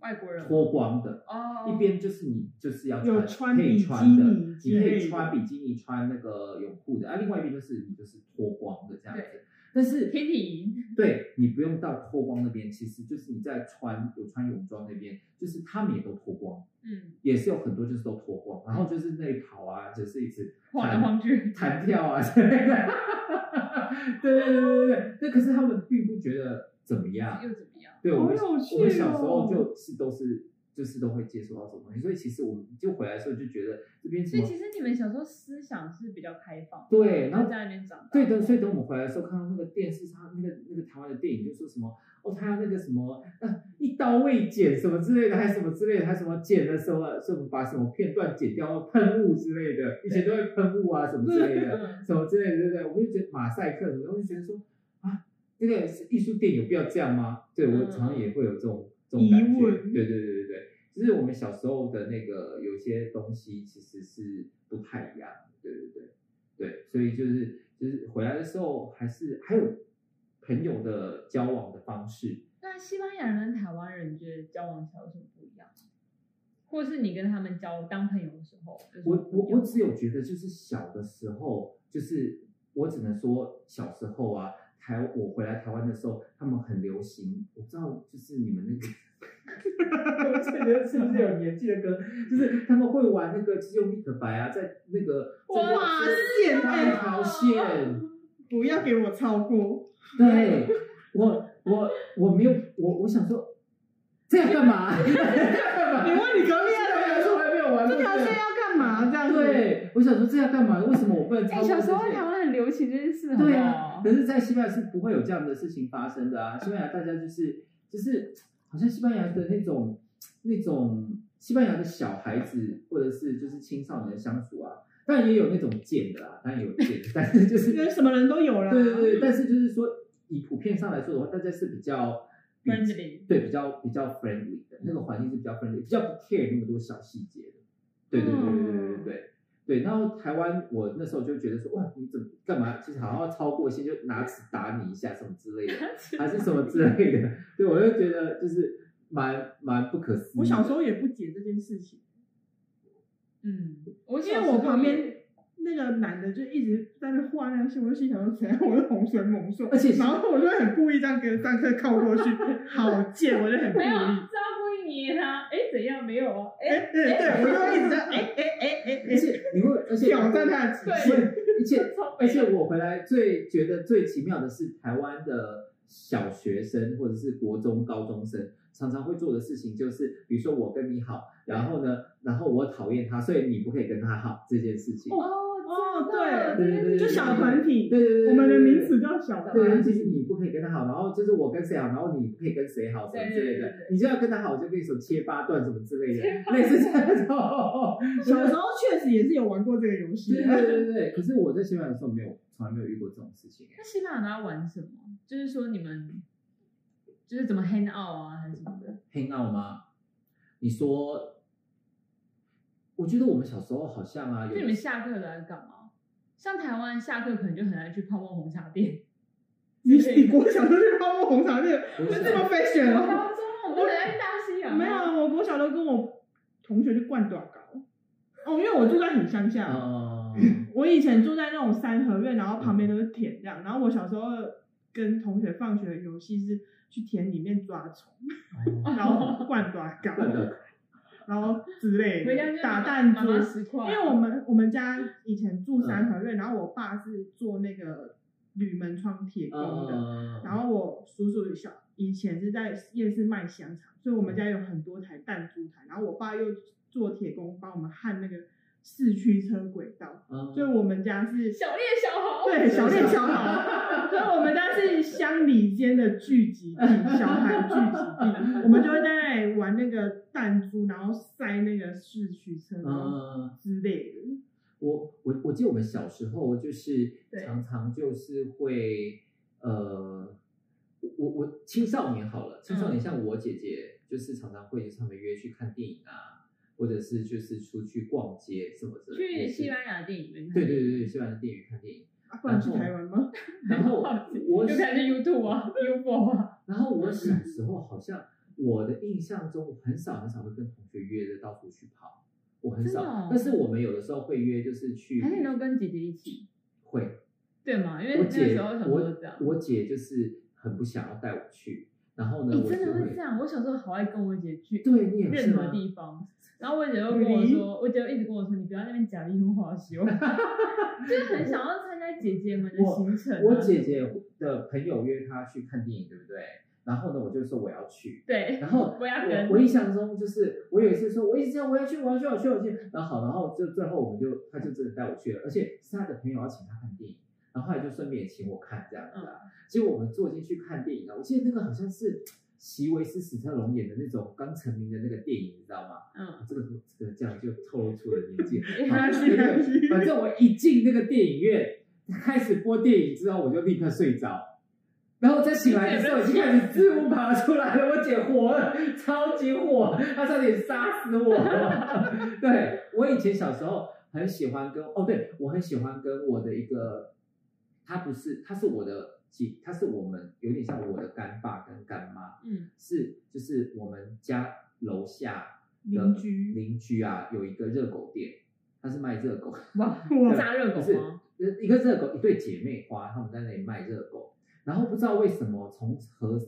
S1: 外国 人
S3: 脱光的，
S1: 哦，
S3: 一边就是你就是要
S2: 有
S3: 穿
S2: 穿
S3: 可以
S2: 比
S3: 穿的，
S2: 基尼之
S3: 你可
S2: 类
S3: 以
S2: 的
S3: 穿比基尼穿那个泳裤的，啊，另外一边就是你就是脱光的这样子。但是
S1: 天体营，
S3: 对你不用到脱光那边，其实就是你在穿有穿泳装那边，就是他们也都脱光，
S1: 嗯，
S3: 也是有很多就是都脱光，然后就是内跑啊，就是一直
S1: 晃来
S3: 弹
S1: 晃去，
S3: 弹跳啊之类的。 对对对对对，那可是他们并不觉得怎么样，
S1: 又怎么样？
S3: 对，我们、
S2: 好有趣哦
S3: 我们小时候就是都是就是都会接触到这种东西，所以其实我们就回来的时候就觉得这边什
S1: 所以
S3: 么
S1: 其实你们小时候思想是比较开放的，
S3: 对，然
S1: 然
S3: 后
S1: 后在那边长大，
S3: 对的，所以等我们回来的时候，看到那个电视上那个那个台湾的电影，就说什么哦，他那个什么呃一刀未剪什么之类的，还什么之类的，还什么剪的时候啊，什么把什么片段剪掉，喷雾之类的，以前都会喷雾啊什么之类的。
S1: 嗯，
S3: 什么之类的，对不对？我们就觉得马赛克什么的，我就觉得说啊，那个艺术电影有必要这样吗？对我
S1: 嗯
S3: 常常也会有这种这种感
S2: 疑
S3: 觉，
S2: 问
S3: 对对对对对，就是我们小时候的那个有些东西其实是不太一样的，对对对对，所以就是就是回来的时候还是还有朋友的交往的方式，
S1: 那西班牙人跟台湾人，你觉得交往起来有什么不一样？或是你跟他们交当朋友的时候，有什么
S3: 我
S1: 不
S3: 我
S1: 一样
S3: 我只有觉得，就是小的时候，就是我只能说小时候啊，台我回来台湾的时候，他们很流行，我不知道就是你们那个我这觉得 是不是有年纪的歌？就是他们会玩那个，就是用立可白啊，在那个
S2: 哇，
S3: 在
S2: 贱
S3: 那
S2: 哎、
S3: 一条线，
S2: 不要给我超过，
S3: 对我我我没有我我想说这要干嘛？ 这要干嘛？
S2: 你问你隔壁
S3: 这
S2: 的人
S3: 条线我
S2: 说
S3: 还没有玩
S2: 这
S3: 过
S2: 条
S3: 个
S2: 线要干嘛？这样子，
S3: 对，我想说这要干嘛？为什么我不能
S1: 嗯哎、
S3: 超过
S1: 小
S3: 这
S1: 时候台
S3: 些？
S1: 湾很嗯流行这件事，好不
S3: 对啊
S1: 好，
S3: 可？是，在西班牙是不会有这样的事情发生的啊！西班牙大家就是就是，好像西班牙的那种那种西班牙的小孩子或者是就是青少年的相处啊，当然也有那种贱的啊啦，当然也有贱的，但是 就是
S2: 人什么人都有啦。
S3: 对对对，但是
S2: 嗯
S3: 就是说，以普遍上来说的话，大家是比较比
S1: Friendly
S3: 对，比较比较 friendly 的那个环境是比较 friendly，比较不 care 那么多小细节的。对对对对对对对
S2: 嗯
S3: 对。对，然后台湾，我那时候就觉得说，哇，你怎么干嘛？其实好像超过线，就拿尺打你一下什么之类的，还是什么之类的。对，我就觉得就是蛮蛮不可思议的。
S2: 我小时候也不解这件事情，
S1: 嗯，我
S2: 因
S1: 小时
S2: 为
S1: 候
S2: 我旁
S1: 也
S2: 边那个男的就一直在那画那个线，我就心想说，谁让我是洪水猛兽？
S3: 而且
S2: 然后我就很故意这样跟上课靠过去，好贱，我就很故
S1: 没有啊
S2: 意。
S1: 照顾你他，哎、怎样没有啊？哎、
S2: 哎对对，我就一直在哎哎哎哎
S3: 而且你会，而且
S2: 挑战他的极
S3: 对
S2: 限。
S3: 而且
S1: 超
S3: 而且我回来最觉得最奇妙的是，台湾的小学生或者是国中、高中生常常会做的事情，就是比如说我跟你好，然后呢，然后我讨厌他，所以你不可以跟他好这件事情。
S1: 啊
S4: 哦
S2: 哦对
S3: 对对对对
S2: 就小团体，
S3: 对对对对，
S2: 我们的名词叫小
S3: 对，
S2: 团
S3: 对就是
S2: 体。
S3: 你不可以跟他好，然后就是我跟谁好，然后你不可以跟谁好什么之类
S1: 对对
S3: 的
S1: 对对，
S3: 你就要跟他好，就跟你什么切八段什么之类的，类似这种。
S2: 小时候确实也是有玩过这个游戏
S3: 对，对对对对，可是我在西班牙的时候没有，从来没有遇过这种事情哎。
S1: 那西班牙都要玩什么？就是说你们就是怎么 hang out 啊，还是什么的？
S3: hang out 吗？你说，我觉得我们小时候好像啊，有
S1: 就你们下课都在干嘛？像台湾下课可能就很爱去泡沫红茶店，
S2: 你你国小都是泡沫红茶店，
S3: 我
S2: 就
S3: 想
S2: 这么 fashion
S1: 高
S2: 哦？
S1: 中我们都很爱去大西洋啊，
S2: 没有，我国小都跟我同学去灌短膏。哦，因为我住在很乡下，哦
S3: 嗯，
S2: 我以前住在那种三合院，然后旁边都是田这样。然后我小时候跟同学放学的游戏是去田里面抓虫，
S3: 嗯
S2: 然后灌短膏，
S3: 笨的，
S2: 然后之类
S1: 回家就
S2: 的，
S1: 是
S2: 打
S1: 妈
S2: 弹珠
S1: 妈。妈十块，
S2: 因为我们我们家以前住三合院，然后我爸是做那个铝门窗铁工的，
S3: 嗯，
S2: 然后我叔叔小以前是在夜市卖香肠，所以我们家有很多台弹珠台，然后我爸又做铁工帮我们焊那个四驱车轨道，
S3: 嗯
S2: 所以我们家是
S1: 小烈小豪，
S2: 对小练小孩，所以我们家是乡里间的聚集地，小孩聚集地，我们就会在那里玩那个弹珠，然后塞那个四驱车，然后
S3: 嗯，
S2: 之类的。
S3: 我我我记得我们小时候就是
S1: 对
S3: 常常就是会呃，我我我青少年好了，青少
S1: 嗯
S3: 年像我姐姐就是常常会就是他们约去看电影啊，或者是就是出去逛街什么之类的，
S1: 去西班牙的电影院看，
S3: 对对对对，西班牙的电影院看电影。
S2: 啊，不然去台湾吗？
S3: 然后
S1: 好奇
S3: 我
S1: 就看去 YouTube 啊，UFO 啊，
S3: 然后我小时候好像我的印象中，我很少很少会跟同学约着到处去跑，我很少。
S1: 真的哦
S3: 但是我们有的时候会约，就是去
S1: 还是你都跟姐姐一起，
S3: 会。
S1: 对吗？因为
S3: 我
S1: 那个
S3: 姐
S1: 时候小时候这样
S3: 我。我姐就是很不想要带我去，然后呢，
S1: 你
S3: 我
S1: 真
S3: 就
S1: 的会
S3: 会
S1: 这样？我小时候好爱跟我姐去
S3: 对你也是
S1: 任何
S3: 吗？
S1: 地方，然后我姐就跟我说，我姐就一直跟我说，你不要在那边假离婚花 羞，就是很想要参加姐姐们的行程、啊
S3: 我姐姐的朋友约她去看电影，对不对？然后呢，我就说我要去，
S1: 对，
S3: 然后
S1: 我要跟
S3: 我我印象中就是我有一次说，我一直讲我要去，我要去，我要去，我要去。然后好，然后就最后我们就他就真的带我去了，而且是他的朋友要请他看电影，然后后来就顺便也请我看这样子啊。结果我们坐进去看电影啊，我记得那个好像是席维斯史特龙演的那种刚成名的那个电影，你知道吗？
S1: 嗯，
S3: 这个这个这样就透露出了年纪。
S1: 没
S3: 好
S1: 关
S2: 系没关系
S3: 反正我一进那个电影院，开始播电影之后，我就立刻睡着。然后我再醒来的时候，已经开始字幕爬出来了。我姐火了，超级火，她差点杀死我。 对我以前小时候很喜欢跟哦，对我很喜欢跟我的一个，他不是，他是我的姐，他是我们有点像我的干爸跟干妈，
S1: 嗯，
S3: 是就是我们家楼下的
S2: 邻居
S3: 邻居啊，有一个热狗店，他是卖热狗，
S2: 哇，我
S1: 炸热狗
S3: 是
S1: 吗？
S3: 一个热狗一对姐妹花，他们在那里卖热狗。然后不知道为什么从何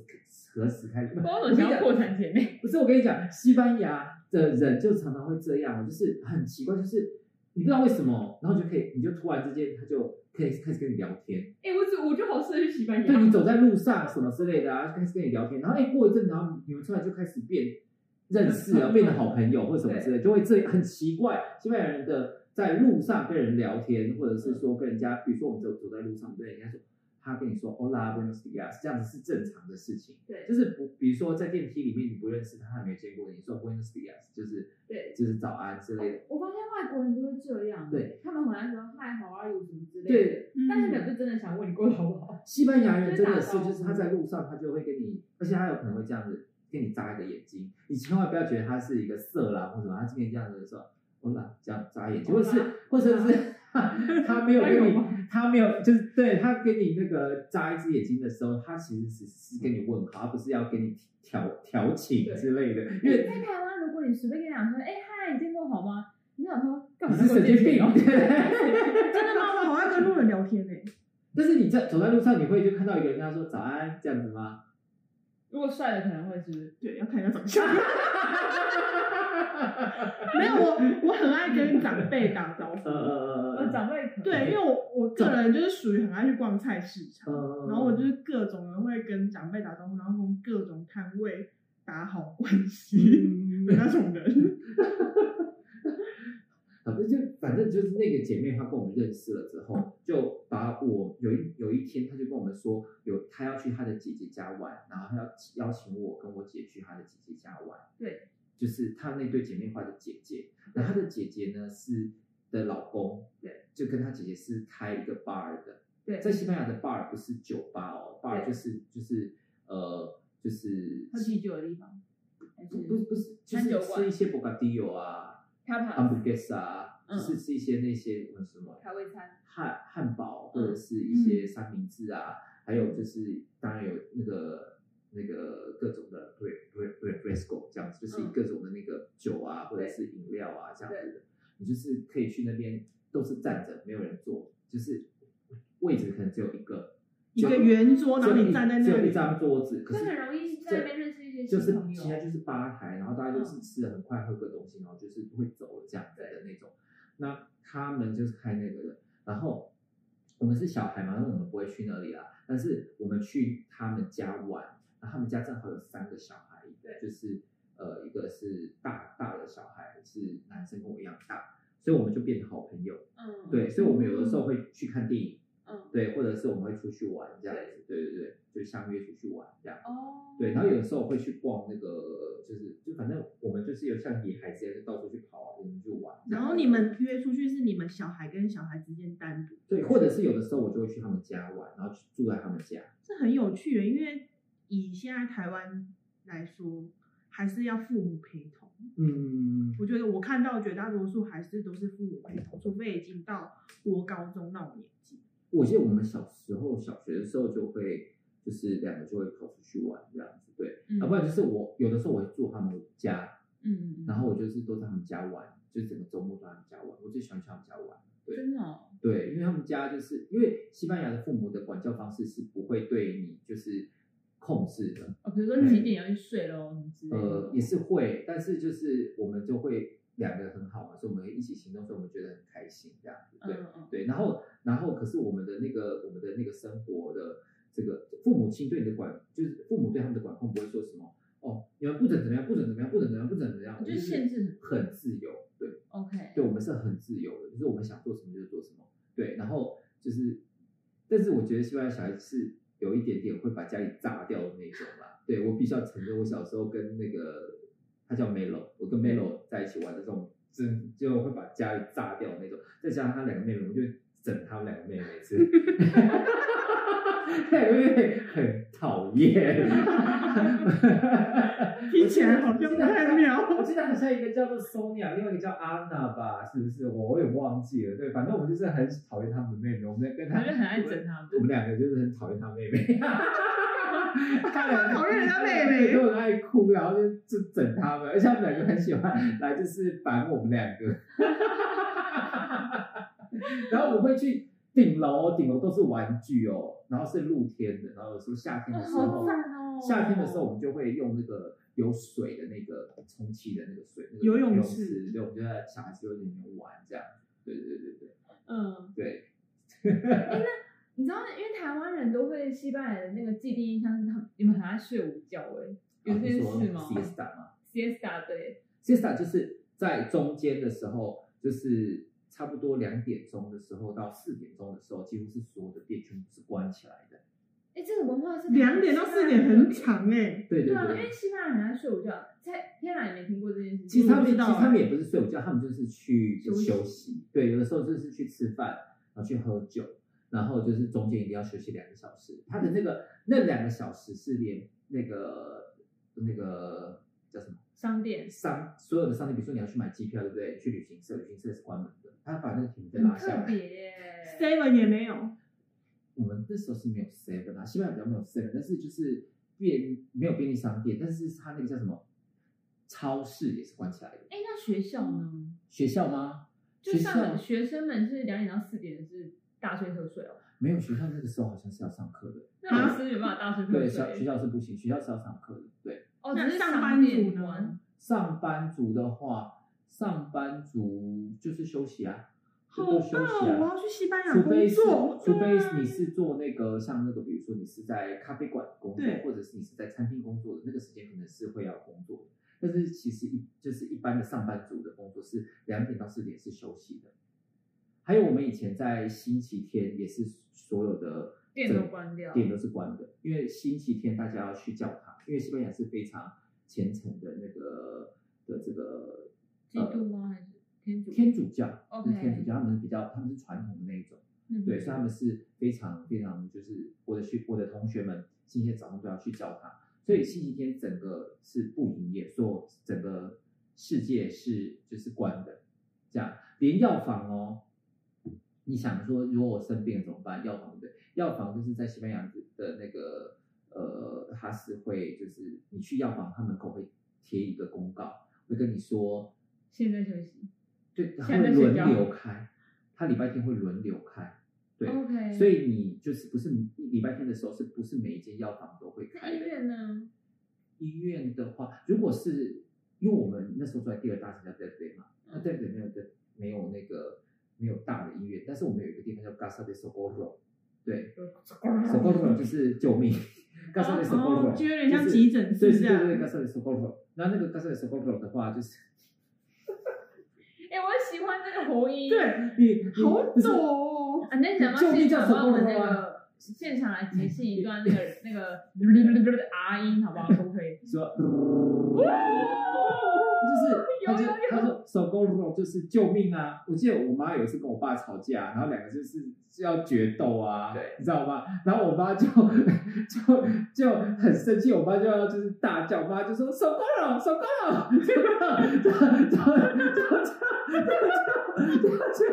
S3: 何时开始，
S1: 包
S3: 我
S1: 总
S3: 跟
S1: 想
S3: 你
S1: 要
S3: 讲
S1: 破产姐妹，
S3: 不是，我跟你讲，西班牙的人就常常会这样，就是很奇怪，就是你不知道为什么，然后就可以，你就突然之间他就可以开始跟你聊天，
S5: 哎、我只我就好适合去西班牙。
S3: 对你走在路上什么之类的啊，就开始跟你聊天，然后哎、过一阵，然后你们突然就开始变认识了，变得好朋友或什么之类，就会这很奇怪，西班牙人的在路上跟人聊天，或者是说跟人家，比如说我们走走在路上跟人家说。他跟你说 “Hola, buenos dias”，这样子是正常的事情。
S5: 对
S3: 就是不，比如说在电梯里面你不认识他，还没有见过你，你说 “buenos dias”，就是
S5: 对
S3: 就是早安之类的。
S4: 我发现外国人都会这样，
S3: 对，
S4: 他们回来说嗨，how are you 什么之类的，
S3: 对，
S2: 嗯
S5: 但是没有就真的想问你过得好不好？
S3: 西班牙人真的，
S5: 就是打招嗯
S3: 就
S5: 呼
S3: 是他在路上他就会跟你，而且他有可能会这样子跟你眨一个眼睛，你千万不要觉得他是一个色狼或什么，他今天这样子的时候，我懒这样眨眼睛，或者是或者是 他没有跟
S5: 还有
S3: 你，他没有就是对他跟你那个眨一只眼睛的时候，他其实只是跟你问好，他不是要跟你调调情之类的，因为
S4: 在台湾，如果你随便跟你讲说，哎、嗨，你今天过得好吗？你想说干嘛
S3: 你
S4: 那
S3: 是
S4: 么
S3: 神经
S4: 贱
S3: 病
S4: 哦？。
S1: 哦
S2: 真的吗？我 好爱跟路人聊天呢、
S3: 但是你在走在路上，你会就看到一个人跟他说早安这样子 吗？
S1: 如果帅的可能会是
S2: 对，要看一下长相。
S3: 呃
S2: 没有，我我很爱跟长辈打招
S3: 呃
S2: 呼。
S3: 呃
S1: 呃
S3: 呃
S1: 长辈可能
S2: 对，因为我我个人就是属于很爱去逛菜市场，
S3: 呃，
S2: 然后我就是各种人会跟长辈打招呼，然后跟各种摊位打好关
S3: 嗯
S2: 系 的那种 人。
S3: 反正就反正就是那个姐妹，她跟我们认识了之后，就把我有一有一天，她就跟我们说，有她要去她的姐姐家玩，然后她要邀请我跟我姐去她的姐姐家玩。
S5: 对，
S3: 就是她那对姐妹花的姐姐，然后她的姐姐呢是的老公，
S5: 对，
S3: 就跟她姐姐是开一个 bar 的。
S5: 对
S3: 在西班牙的 bar 不是酒吧哦，bar
S5: 对
S3: 就是就是呃就是
S1: 喝啤酒的地方，还
S3: 不不
S1: 是
S3: 不是就
S1: 餐
S3: 是
S1: 酒
S3: 吃
S1: 馆
S3: 一些 b o c a d i l l o 啊。
S1: 他怕
S3: 汉堡 g u e s 啊，就
S1: 嗯
S3: 是吃一些那些呃什么
S5: 开胃餐，
S3: 汉汉堡或者是一
S1: 嗯
S3: 些三明治啊，还有就是当然有那个那个各种的 re re re fresco 这样子，就是
S1: 嗯
S3: 各种的那个酒啊或者是饮料啊这样子的，你就是可以去那边都是站着，没有人坐，就是位置可能只有一个，
S2: 一个
S3: 就
S2: 圆桌，然后你站在
S3: 只
S2: 那
S3: 有一
S2: 里，
S3: 张桌子，可
S5: 所以
S3: 是
S5: 很容易在那边认识一些
S3: 就
S5: 新
S3: 是
S5: 朋友。嗯
S3: 现在就是吧台，然后大家就是吃的很快，喝个东西，然后就是会走了这样子的那种。那他们就是开那个的，然后我们是小孩嘛，那我们不会去那里啦。但是我们去他们家玩，然后他们家正好有三个小孩，
S5: 对
S3: 就是呃一个是大大的小孩是男生跟我一样大，所以我们就变成好朋友。
S1: 嗯
S3: 对，所以我们有的时候会去看电影，
S1: 嗯
S3: 对，或者是我们会出去玩这样子，对对对，就相约出去玩这样。
S1: 哦
S3: 对，然后有的时候会去逛那个，就是就反正我们就是有像野孩子一样，就到处去跑啊，我们就玩。
S2: 然后你们约出去是你们小孩跟小孩之间单独，
S3: 对，或者是有的时候我就会去他们家玩，然后去住在他们家。
S2: 这很有趣耶，因为以现在台湾来说，还是要父母陪同。
S3: 嗯，
S2: 我觉得我看到绝大多数还是都是父母陪同，除非已经到国高中那种年纪。
S3: 我记得我们小时候小学的时候就会，就是两个就会跑出去玩这样子，对。
S1: 嗯
S3: 要、啊不然就是我有的时候我会住他们家，
S1: 嗯，
S3: 然后我就是都在他们家玩，就是整个周末都在他们家玩。我最喜欢去他们家玩。对
S1: 真的哦
S3: 对，因为他们家就是因为西班牙的父母的管教方式是不会对你就是控制的，
S1: 哦，比如说几点要去睡喽什么之类
S3: 嗯呃，
S1: 的，
S3: 也是会，但是就是我们就会两个很好嘛，所以我们会一起行动，所以我们觉得很开心这样子。对、
S1: 嗯嗯
S3: 对，然后然后可是我们的那个我们的那个生活的这个父母亲对你的管，就是父母对他们的管控不会说什么哦，你们不准怎么样，不准怎么样，不准怎么样，不准怎么样，我们
S1: 就是限制
S3: 很自由，对。
S1: ，OK，
S3: 对我们是很自由的，就是我们想做什么就做什么。对，然后就是，但是我觉得西班牙小孩是有一点点会把家里炸掉的那种啦。对我必须要承认，我小时候跟那个他叫 Melo，我跟 Melo 在一起玩的这种，真就会把家里炸掉的那种。再加上他两个妹妹，我就整他们两个妹妹 吃。两个妹妹很讨厌，
S2: 听起来好像不太
S3: 我
S2: 妙。
S3: 记得好像一个叫做 Sonia，另外一个叫 Anna 吧，是不是？我我也忘记了。对，反正我们就是很讨厌他们妹妹，我们跟他
S1: 他就很爱整他
S3: 我
S1: 们，
S3: 们两个就是很讨厌他妹 妹，
S2: 干嘛 讨厌人家妹
S3: 对
S2: 妹？
S3: 都很爱哭，然后就就整他们，而且他们两个很喜欢来就是烦我们两个， 然后我会去顶楼，顶楼都是玩具哦，然后是露天的，然后有时候夏天的时
S6: 好
S3: 候，
S6: 赞哦！
S3: 夏天的时候，我们就会用那个有水的那个充气的那个水，那个
S2: 游泳
S3: 泳
S2: 池
S3: 池，对，我们就在小孩子游里面玩这样。对对对对
S2: 嗯，
S3: 对
S1: 你知道，因为台湾人都会西班牙的那个既定印象是他们你们很爱睡午觉哎、
S3: 对，
S1: 有这件事吗
S3: s i e s t a 嘛
S1: ？siesta 对，
S3: ，siesta 就是在中间的时候，就是差不多两点钟的时候到四点钟的时候，几乎是所有的店全部是关起来的。
S1: 哎、这个文化是
S2: 两点到四点很。长哎、
S3: 对
S1: 对啊，因
S3: 对。
S1: 为西班牙人爱睡午觉，在天哪，你没听过这件事
S3: 其
S1: 情？
S3: 实他们
S2: 我不
S3: 其
S2: 知
S3: 实
S2: 道
S3: 他们也不是睡午觉，他们就是去
S1: 啊休息
S3: 休息。对，有的时候就是去吃饭，然后去喝酒，然后就是中间一定要休息两个小时。他的那个那两个小时是连那个那个叫什么
S1: 商店
S3: 商所有的商店，比如说你要去买机票，对不对？去旅行社，旅行社是关门的，他把那个停费
S1: 很
S3: 拉下
S1: 特
S3: 来。
S1: 别耶、
S2: seven 也没有，
S3: 我们那时候是没有 seven 啊，西班牙比较没有 seven，但是就是便没有便利商店，但是他那个叫什么超市也是关起来的。
S1: 哎、那学校呢？
S2: 哦
S3: 学校吗？
S1: 就
S3: 学
S1: 上
S3: 校
S1: 学生们是两点到四点是大睡特睡哦，
S3: 没有，学校那个时候好像是要上课的。
S1: 那老师没办法大睡特
S3: 对，小学
S1: 睡。
S3: 校是不行，学校是要上课的。对，
S1: 哦，
S2: 那
S1: 只是
S2: 上
S1: 赏
S2: 班族
S1: 脸
S2: 呢
S1: 玩？？
S3: 上班族的话，上班族就是休息啊，就
S2: 好
S3: 都
S2: 棒
S3: 休息
S2: 哦！我
S3: 啊。
S2: 要去西班牙
S3: 除非
S2: 工
S3: 是
S2: 作，，
S3: 除非
S1: 啊
S3: 你是做那个像那个，比如说你是在咖啡馆工作
S2: 对，
S3: 或者是你是在餐厅工作的，那个时间可能是会要工作的。但是其实一就是一般的上班族的工作是两点到四点是休息的。还有我们以前在星期天也是所有的
S1: 店都关掉
S3: 店都是关的，因为星期天大家要去教堂，因为西班牙是非常虔诚的那个的这个
S1: 基督吗？还是天主？
S3: 呃天主教，
S1: OK
S3: 是天主教，他们比较他们是传统的那一种。
S1: 嗯
S3: 对，所以他们是非常非常，就是我的学我的同学们，星期天早上都要去教堂，所以星期天整个是不营业，所有整个世界是就是关的，这样连药房哦，你想说如果我生病了怎么办？药房对不对？药房就是在西班牙的那个呃，他是会就是你去药房，他门口会贴一个公告，会跟你说，
S1: 现在休息。
S3: 对，他
S1: 现在
S3: 会
S1: 睡
S3: 轮
S1: 觉
S3: 流开，他礼拜天会轮流开。对
S2: 嗯
S1: OK。
S3: 所以你就是不是礼拜天的时候，是不是每一间药房都会
S1: 那
S3: 开
S1: 医
S3: 的？
S1: 院呢？
S3: 医院的话，如果是因为我们那时候住在第二大城叫 d e v 嘛，
S2: 嗯
S3: 那 d e v 没有的没有那个没有大的医院，但是我们有一个地方叫 Casa de Socorro，对，Socorro 就是救 命，Casa de
S2: 哦
S3: Socorro
S2: 就有点像急诊室
S3: 就是
S2: 这
S3: 对
S2: 样
S3: 对对对，Casa de Socorro。那那个 Casa de Socorro 的话，就是
S1: 哎、我喜欢这个喉音。
S2: 对，
S3: 你
S2: 好
S3: 不是
S2: 陡哦。
S1: 啊，那想
S3: 救
S1: 到
S3: 命
S1: 现
S3: 叫
S1: 场帮我们那
S3: 什么啊
S1: 个现场来
S2: 嗯
S1: 即兴一段那个那个的 R 音，好不好？可不可以？
S3: 说，就是他就他说手勾肉就是救命啊！我记得我妈有一次跟我爸吵架，然后两个就是就要决斗啊，
S6: 对
S3: 你知道吗？然后我妈就 就就很生气，我妈就要就是大叫，我妈就说手勾肉手勾肉手勾肉， 就就就就就就。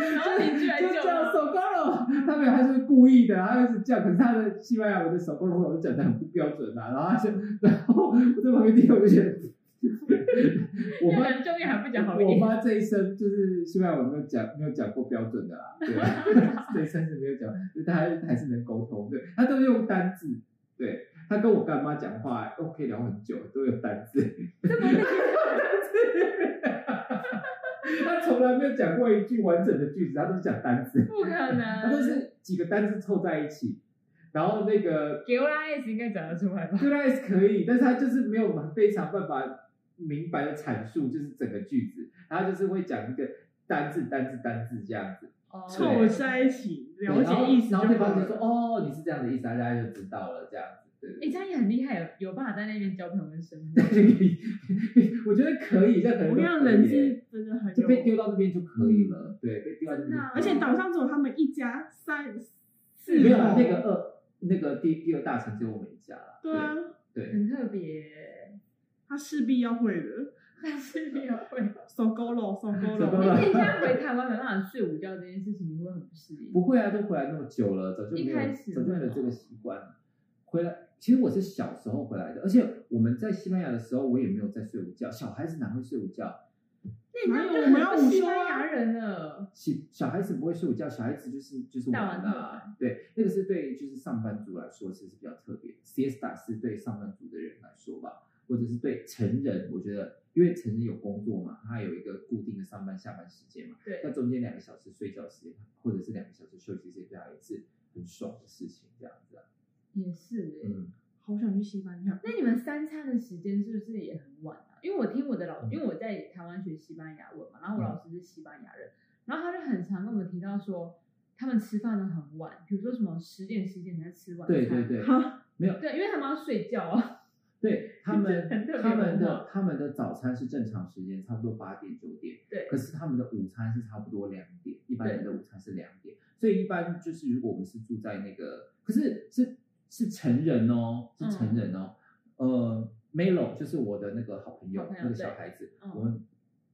S1: 然后你居然
S3: 就
S1: 救
S3: 叫
S1: 了。
S3: 手工了，他没有，他就是故意的，他就是叫，可是他的西班牙文的手工了，我讲的很不标准啊，然后他就， 然后我在旁边听，我就觉得， 我
S1: 要
S3: 妈
S1: 讲重点还不讲好一
S3: 我
S1: 点，
S3: 妈这一生就是西班牙文没有讲没有讲过标准的啦，对，啊 这一生是没有讲，就大家还是能沟通，对，她都用单字，对，她跟我干妈讲话都可以聊很久，都有单字， 她从来没有讲过一句完整的句子，她都是讲单字。
S1: 不可 能。
S3: 它都是几个单字凑在一起，然后那个
S1: 给我拉 S 应该讲得出来吧？
S3: g o o d eyes 可以，但是它就是没有非常办法明白的阐述，就是整个句子，然后就是会讲一个单字、单字、单字这样子，
S1: 哦
S2: 凑在一起
S3: 对
S2: 了解意思就好
S3: 然后然后对方就说
S2: 了。
S3: 哦，你是这样的意思，大家就知道了这样子， 对
S1: 哎、
S3: 对
S1: 欸，这样也很厉害，有有办法在那边交朋友跟生活。
S3: 对，我觉得可以，这可能
S2: 我跟
S3: 就
S2: 你讲，
S3: 可以
S2: 人是真的很
S3: 就被
S2: 有，嗯
S3: 丢到那边就可以了，对，被丢到那
S1: 真
S3: 边
S1: 的啊，
S2: 而且岛上只有他们一家三四
S3: 没有
S2: 口，
S3: 那个二那个第第二大城只有我们一家了，
S2: 对啊，
S3: 对。
S1: 很特别，
S2: 他势必要会的，
S1: 但是没有会。
S2: 手勾了，手 勾
S3: 手勾
S2: 了。
S3: 了
S1: 那你现在回台湾没办法睡午觉这件事情，你会不会很不适应？
S3: 不会啊，都回来那么久了，早就没
S1: 一
S3: 有
S1: 开始
S3: 早就没有这个习惯。回来，其实我是小时候回来的，而且我们在西班牙的时候，我也没有在睡午觉。小孩子哪会睡午觉？
S1: 那
S2: 哪
S1: 你
S2: 有
S1: 这样
S2: 我们要
S1: 就很
S2: 午
S1: 不西
S2: 休
S1: 班
S2: 啊
S1: 牙人了，
S3: 小小孩子不会睡午觉，小孩子就是就是
S1: 大
S3: 玩
S1: 玩
S3: 的、啊，对，那个是对就是上班族来说其实比较特别的，siesta 是对上班族的人来说吧，或者是对成人，我觉得因为成人有工作嘛，他有一个固定的上班下班时间嘛，
S1: 对
S3: 那中间两个小时睡觉时间或者是两个小时休息时间，对他也是很爽的事情，这样子啊，
S1: 也是、欸。
S3: 嗯，
S2: 好想去西班牙。
S1: 那你们三餐的时间是不是也很晚啊？因为我听我的
S3: 嗯
S1: 老，因为我在台湾学西班牙文嘛，然后我老师是西班牙人，然后他就很常跟我们提到说，他们吃饭都很晚，比如说什么十点十点才吃晚餐，
S3: 对对对，
S2: 好，
S3: 没有，
S1: 对，因为他们要睡觉啊。
S3: 对他们
S1: 很特别
S3: 他们
S1: 文
S3: 的他们的早餐是正常时间，差不多八点九点。
S1: 对
S3: 可是他们的午餐是差不多两点，一般人的午餐是两点，所以一般就是如果我们是住在那个，可是是是成人哦，是
S1: 嗯
S3: 成人哦，呃，Melo 就是我的那个好朋友，
S1: 好朋友
S3: 那个
S1: 对
S3: 小孩子，
S1: 嗯
S3: 我们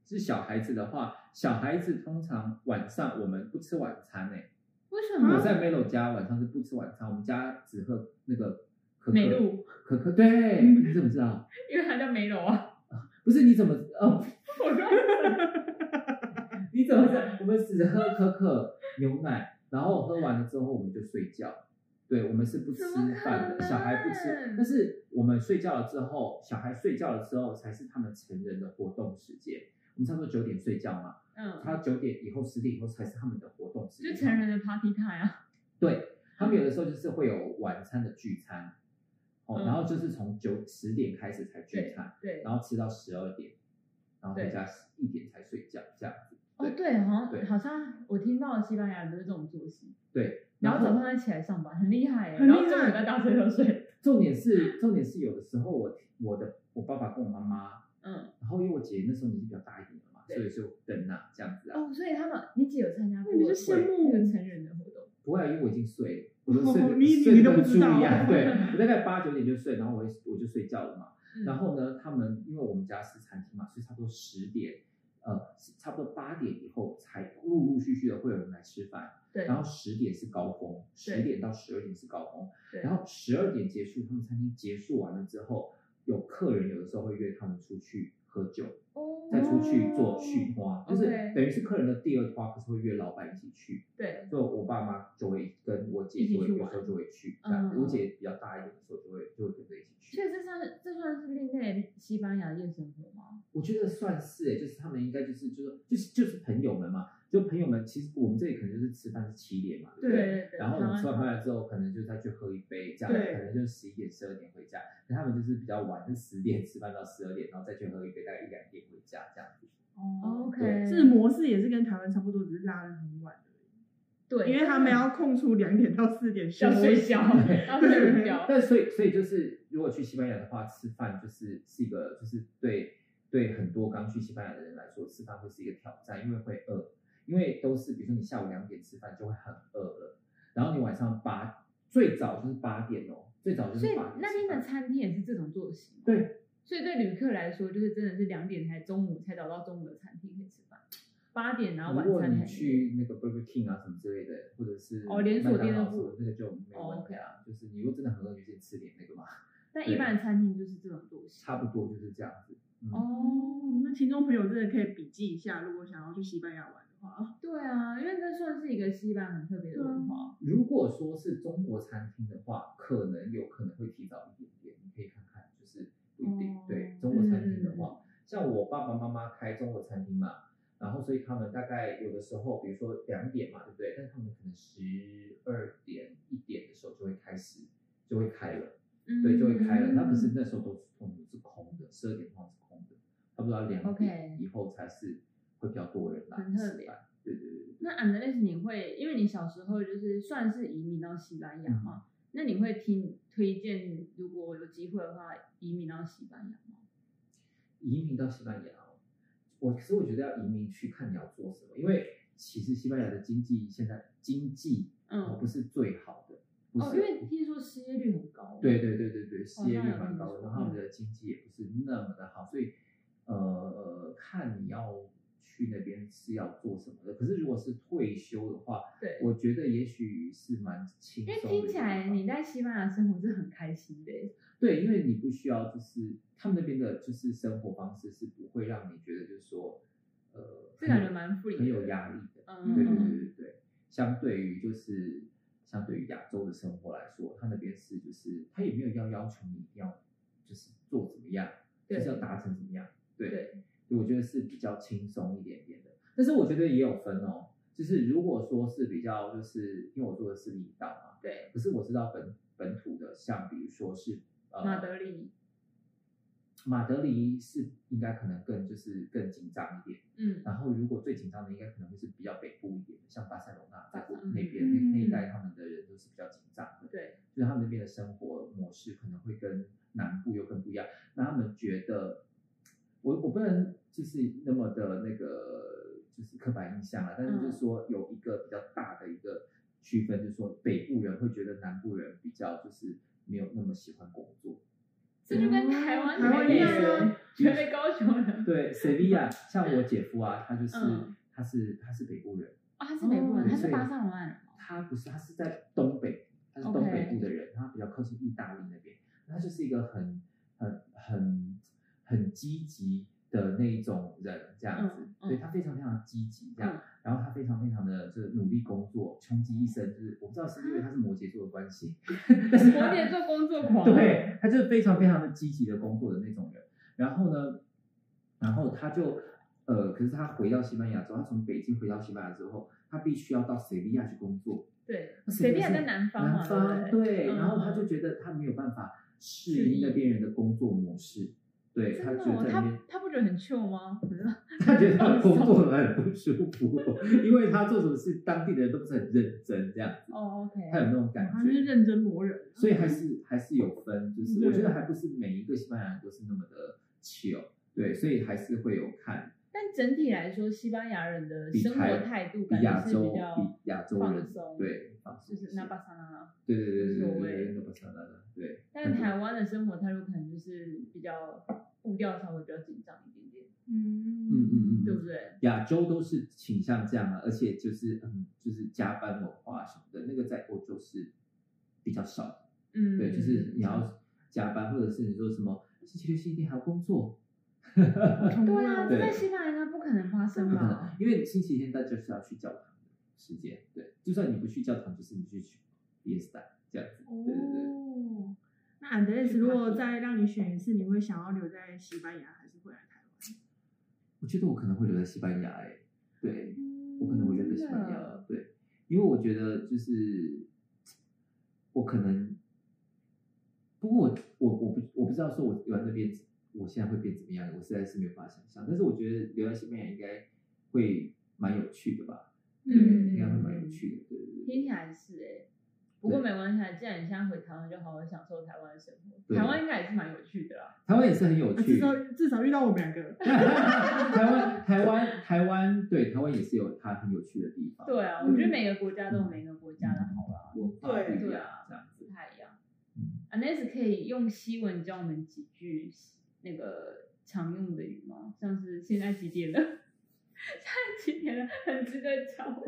S3: 是小孩子的话，小孩子通常晚上我们不吃晚餐诶、
S1: 为什
S2: 啊
S1: 么
S3: 我？在 Melo 家晚上是不吃晚餐，我们家只喝那个可可
S1: 美露，
S3: 可可，对，
S1: 嗯
S3: 你怎么知道？
S1: 因为他叫梅柔啊。
S3: 不是你怎么哦？
S1: 我说
S3: 你怎么在？我们只喝可可牛奶，然后喝完了之后我们就睡觉。对，我们是不吃饭
S1: 怎么可
S3: 的，
S1: 能
S3: 小孩不吃。但是我们睡觉了之后，小孩睡觉了之后才是他们成人的活动时间。我们差不多九点睡觉嘛，
S1: 嗯，
S3: 他九点以后、十点以后才是他们的活动时
S1: 就
S3: 间。
S1: 成人的 party time 啊。
S3: 对他们有的时候就是会有晚餐的聚餐，哦，
S1: 嗯
S3: 然后就是从九十点开始才聚餐，
S1: 对，
S3: 然后吃到十二点，然后回家一点才睡觉，这样子。
S1: 哦对，好
S3: 对
S1: 像好像我听到西班牙人都是这种作息，
S3: 对，
S1: 然后早上再起来上班，很厉害耶，
S2: 很厉
S1: 然
S2: 害
S1: 后中午再打水流水。
S3: 重点是，重点是有的时候我我的我爸爸跟我妈妈，
S1: 嗯，
S3: 然后因为我姐那时候年纪比较大一点了嘛，
S1: 对
S3: 所以就等啊这样子啊，
S1: 哦，所以他们你姐有参加过
S2: 那你就羡慕
S1: 那个成人的活动，
S3: 不会啊，因为我已经睡了，我都 睡得、
S2: 你你
S3: 睡得
S2: 你都
S3: 跟
S2: 不
S3: 猪
S2: 知
S3: 一
S2: 道
S3: 样，啊对我大概八九点就睡，然后我也我就睡觉了嘛。
S1: 嗯
S3: 然后呢，他们因为我们家是餐厅嘛，所以差不多十点，呃，差不多八点以后才陆陆续续的会有人来吃饭。
S1: 对
S3: 然后十点是高峰，
S1: 对
S3: 十点到十二点是高峰，
S1: 对
S3: 然后十二点结束，他们餐厅结束完了之后，有客人有的时候会约他们出去喝酒，
S1: 哦
S3: 再出去做续花，就是
S1: OK
S3: 等于是客人的第二花，可是会约老板一起去，
S1: 对，
S3: 就我爸妈就会跟我姐
S1: 一起
S3: 就会
S1: 去
S3: 有
S1: 玩
S3: 时候就会去，
S1: 嗯
S3: 这样子
S1: 嗯
S3: 我姐比较大一点的时候就会就会跟着一起
S1: 所
S3: 去，
S1: 以这算是这算是另类西班牙夜生活吗？
S3: 我觉得算是哎，就是他们应该就是就是就是就是朋友们嘛，就朋友们，其实我们这里可能就是吃饭是七点嘛，对不对？
S1: 对啊对，
S3: 然后我们吃完
S1: 台湾
S3: 饭了之后，可能就再去喝一杯，这样
S2: 对
S3: 可能就十一点、十二点回家。但他们就是比较晚，是十点吃饭到十二点，然后再去喝一杯，大概一两点回家这样子。
S2: 哦，
S1: OK
S2: 这模式也是跟台湾差不多，只是拉的很晚而
S1: 对，
S2: 已，因为他们要空出两点到四点
S1: 要睡
S2: 息
S1: 觉，要睡午觉，
S3: 但所以所以就是，如果去西班牙的话，吃饭就是是一个就是对对很多刚去西班牙的人来说，吃饭会是一个挑战，因为会饿，因为都是比如说你下午两点吃饭就会很饿了，然后你晚上八最早就是八点哦，最早就
S1: 所
S3: 是
S1: 以
S3: 八点吃饭。
S1: 那边的餐厅也是这种作息吗？
S3: 对，
S1: 所以对旅客来说，就是真的是两点才中午才找到中午的餐厅可以吃饭，八点然后晚
S3: 如果
S1: 餐才
S3: 你去那个 Burger King 啊什么之类的，或者是
S1: 哦连锁店
S3: 麦
S1: 都
S3: 当劳
S1: 不哦
S3: 什么那个就没有问题啊。就是你如果真的很饿，你就先吃点那个嘛，
S1: 但一般的餐厅就是这种作息。
S3: 差不多就是这样子。嗯、
S1: 哦，
S2: 那听众朋友真的可以笔记一下，如果想要去西班牙玩的话，
S1: 对啊，因为这算是一个西班牙很特别的文化。
S3: 如果说是中国餐厅的话，可能有可能会提早一点点，你可以看看，就是不一定。
S1: 哦嗯
S3: 对中国餐厅的话，像我爸爸妈妈开中国餐厅嘛，然后所以他们大概有的时候，比如说两点嘛，对不对？但他们可能十二点一点的时候就会开始，就会开了。
S1: 嗯
S3: 对，就会开了。那可是那时候都是通常是空的，十二点通常是空的，差不多要两
S1: OK
S3: 点以后才是会比较多人来
S1: 很特
S3: 吃
S1: 别
S3: 饭。对对对对，
S1: 那 a n d r e 你会，因为你小时候就是算是移民到西班牙嘛，
S3: 嗯
S1: 那你会听推荐，如果有机会的话，移民到西班牙吗？
S3: 移民到西班牙哦，我可是我觉得要移民去看你要做什么，因为其实西班牙的经济现在经济哦
S1: 嗯，
S3: 不是最好的，不是、
S1: 哦，因为听说失业率很高。
S3: 对对对对对，失业率
S1: 哦那有
S3: 蛮
S1: 听
S3: 高的，
S1: 说
S3: 然后他们的经济也不是那么的好，所以呃呃，看你要去那边是要做什么的。可是如果是退休的话，
S1: 对，
S3: 我觉得也许是蛮轻
S1: 因为
S3: 松的。
S1: 听起来你在西班牙生活是很开心的耶，
S3: 对，因为你不需要，就是他们那边的，就是生活方式是不会让你觉得，就是说呃
S1: 这感觉蛮富裕的
S3: 很有压力的。
S1: 嗯
S3: 对对对对对，相对于就是相对于亚洲的生活来说，他那边是就是他也没有要要求你一定要就是做怎么样，就
S1: 对
S3: 是要达成怎么样，对，
S1: 对
S3: 所以我觉得是比较轻松一点点的。但是我觉得也有分哦，就是如果说是比较就是因为我做的是离岛嘛，
S1: 对，
S3: 可是我知道本本土的，像比如说是呃
S1: 马德里，
S3: 马德里是应该可能更就是更紧张一点。
S1: 嗯，
S3: 然后如果最紧张的应该可能会是比较北部一点的，像巴塞罗那
S1: 巴
S3: 在
S1: 塞
S3: 国
S1: 嗯
S3: 那边、
S2: 嗯
S3: 那那一带，他们的人都是比较紧张的，
S1: 对，
S3: 就是他们那边的生活模式可能会跟南部又更不一样。那他们觉得，我我不能就是那么的那个就是刻板印象啊，
S1: 嗯
S3: 但是就是说有一个比较大的一个区分，就是说北部人会觉得南部人比较就是没有那么喜欢工作，
S1: 这就跟台湾
S2: 台湾
S1: 一
S2: 一
S1: 样
S2: 样
S1: 啊
S2: 啊，
S1: 全被高雄人
S3: 对，塞维亚，像我姐夫啊，他就是、
S1: 嗯
S3: 他是他是北部人，
S1: 啊，他是北部人，
S3: 哦
S1: 他是巴塞罗那人，
S3: 他不是他是在东北，他是东
S1: OK
S3: 北部的人他比较靠近意大利那边，他就是一个很很很很积极的那一种人这样子，
S1: 嗯嗯嗯
S3: 对他非常非常积极这样，然后他非常非常的就是努力工作，穷极一生，就是我不知道是不是因为他是摩羯座的关系，但 是
S1: 摩
S3: 他
S1: 羯座工作 狂，，
S3: 对，他就是非常非常的积极的工作的那种人。然后呢，然后他就呃，可是他回到西班牙之后，他从北京回到西班牙之后，他必须要到塞利亚去工作。
S1: 对，
S3: 那
S1: 随便
S3: 是
S1: 在南方嘛，
S3: 南方
S1: 对不对，
S3: 对，
S1: 嗯
S3: 然后他就觉得他没有办法适
S1: 适应
S3: 应那边人的工作模式，对他
S1: 真的
S3: 觉得
S1: 哦，
S3: 在那边
S1: 他他不觉得很 chill 吗？
S3: 他觉得他工作很不舒服，因为他做什么事当地的人都不是很认真这样子，
S1: 哦，OK，
S3: 他有那种感
S2: 他
S3: 觉，
S2: 是认真磨人，
S3: 所以
S1: 嗯
S3: 还是还是有分，就是
S2: 对
S3: 我觉得还不是每一个西班牙人都是那么的 chill，对，所以还是会有看
S1: 但整体来说，西班牙人的
S3: 比
S1: 呃生活
S3: 台
S1: 态度
S3: 比
S1: 感
S3: 亚
S1: 觉是
S3: 洲
S1: 比较
S3: 比亚洲
S1: 放
S3: 人
S1: 松，，
S3: 对放松
S1: 就
S3: 一些，
S1: 是那巴萨那拉。
S3: 对对对对
S1: 无
S3: 对
S1: 所
S3: 对
S1: 谓
S3: 对，那巴萨那拉对，
S1: 但台湾的生活态度可能就是比较步调稍微比较紧张一点点，
S2: 嗯
S3: 嗯嗯嗯，
S1: 对不对？
S3: 亚洲都是倾向这样啊，而且就是嗯，就是加班文化什么的，那个在欧洲是比较少的。
S1: 嗯，
S3: 对，就是你要加班，或者是你说什么星期六、星期天还要工作，
S1: 对啊，这
S3: 嗯对
S1: 在西班牙应该不可能发生
S3: 不可
S1: 吧？
S3: 能，因为星期天大家就是要去教堂的时间，对，就算你不去教堂，就是你去去 fiesta 这样子，对对对。
S2: 哦，那 a n d r e 如果再让你选一次，你会想要留在西班牙还是回来台湾？
S3: 我觉得我可能会留在西班牙、欸，哎，对，我可能会留在西班
S1: 真
S3: 牙，对，因为我觉得就是我可能，不过我我我不我不知道说我留在那边我现在会变怎么样，我实在是没有办法想象，但是我觉得留在西班牙应该会蛮有趣的吧，
S1: 嗯
S3: 应该会蛮有趣的，对对对。
S1: 听起来是哎、不过
S3: 对
S1: 没关系啊，既然你现在回台湾，就好好享受台湾的生活。
S3: 对
S1: 台湾应该也是蛮有趣的啦。
S3: 台湾也是很有
S2: 啊
S3: 趣
S2: 至
S3: 的，
S2: 少至少遇到我们两个，
S3: 台湾，台湾，台湾，对，台湾也是有它很有趣的地方，
S1: 对啊，
S2: 嗯
S1: 我觉得每个国家都有每个国家的好啦，
S3: 啊文化不一
S1: 对
S3: 样
S1: 啊
S3: 这样子
S1: 不。太一样
S3: 嗯。
S1: a n e s 可以用西文教我们几句那个常用的语吗？像是现在几点了？ 现在几点了？很值得教我。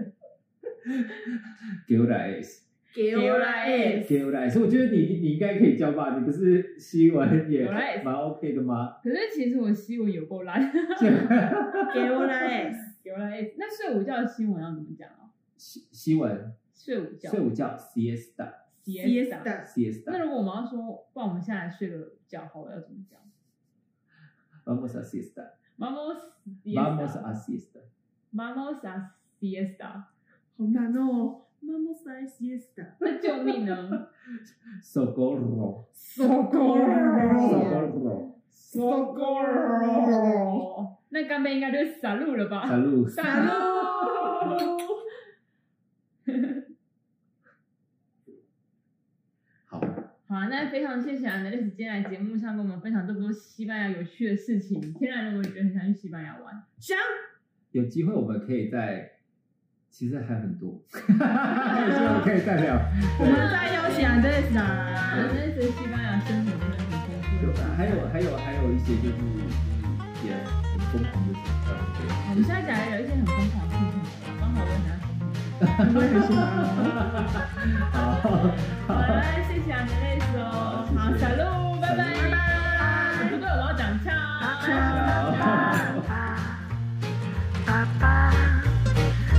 S3: 给我来 S，
S2: 给
S1: 我来
S3: 给我来 S，我觉得你你应该可以教吧？你不是西文也
S1: 有来
S3: 蛮 OK 的 吗？
S1: 可是其实我西文有够烂，
S2: 给我来，
S1: 有啦。那睡午觉的西文要怎么讲啊？
S3: 西西文
S1: 睡午觉，
S3: 睡午觉 siesta
S1: siesta。那
S3: siesta
S1: 如果我们要说，不然我们现在睡个午觉好了，要怎么讲
S3: vamos a siesta
S1: ？Vamos
S3: vamos
S1: siesta.
S3: a siesta
S1: Vamos a siesta。
S2: 好难哦。Mama s i z e siesta，
S1: 那救命呢
S3: socorro
S2: 手工
S1: 哎
S3: socorro
S2: 手工
S1: 哦，那干杯应该就是 salud 了吧
S3: salud
S1: ？salud。
S3: 好，
S1: 好，那非常谢谢 a n d r e 今天来节目上跟我们分享这么多西班牙有趣的事情。天然的，我也觉得很想去西班牙玩。
S2: 香，
S3: 有机会我们可以再，其实还很多， 有机会我们可以再聊。
S2: 我们再邀请 a n d r e
S1: 啊
S2: 来。
S1: 那是西班牙生活真的很丰富
S3: 有
S1: 的。
S3: 还有还有还有一些就是就是也很疯狂的成分，
S1: 我们现在讲来聊一些很疯狂的事情，刚好我也啊很想听。
S2: 我也很喜欢。
S3: 对，好。
S1: 好了，谢谢 a n d r e 哦，好
S3: 好，谢谢
S1: salud，拜拜，
S3: 拜
S1: 拜。不对，我要讲 ciao。
S3: 好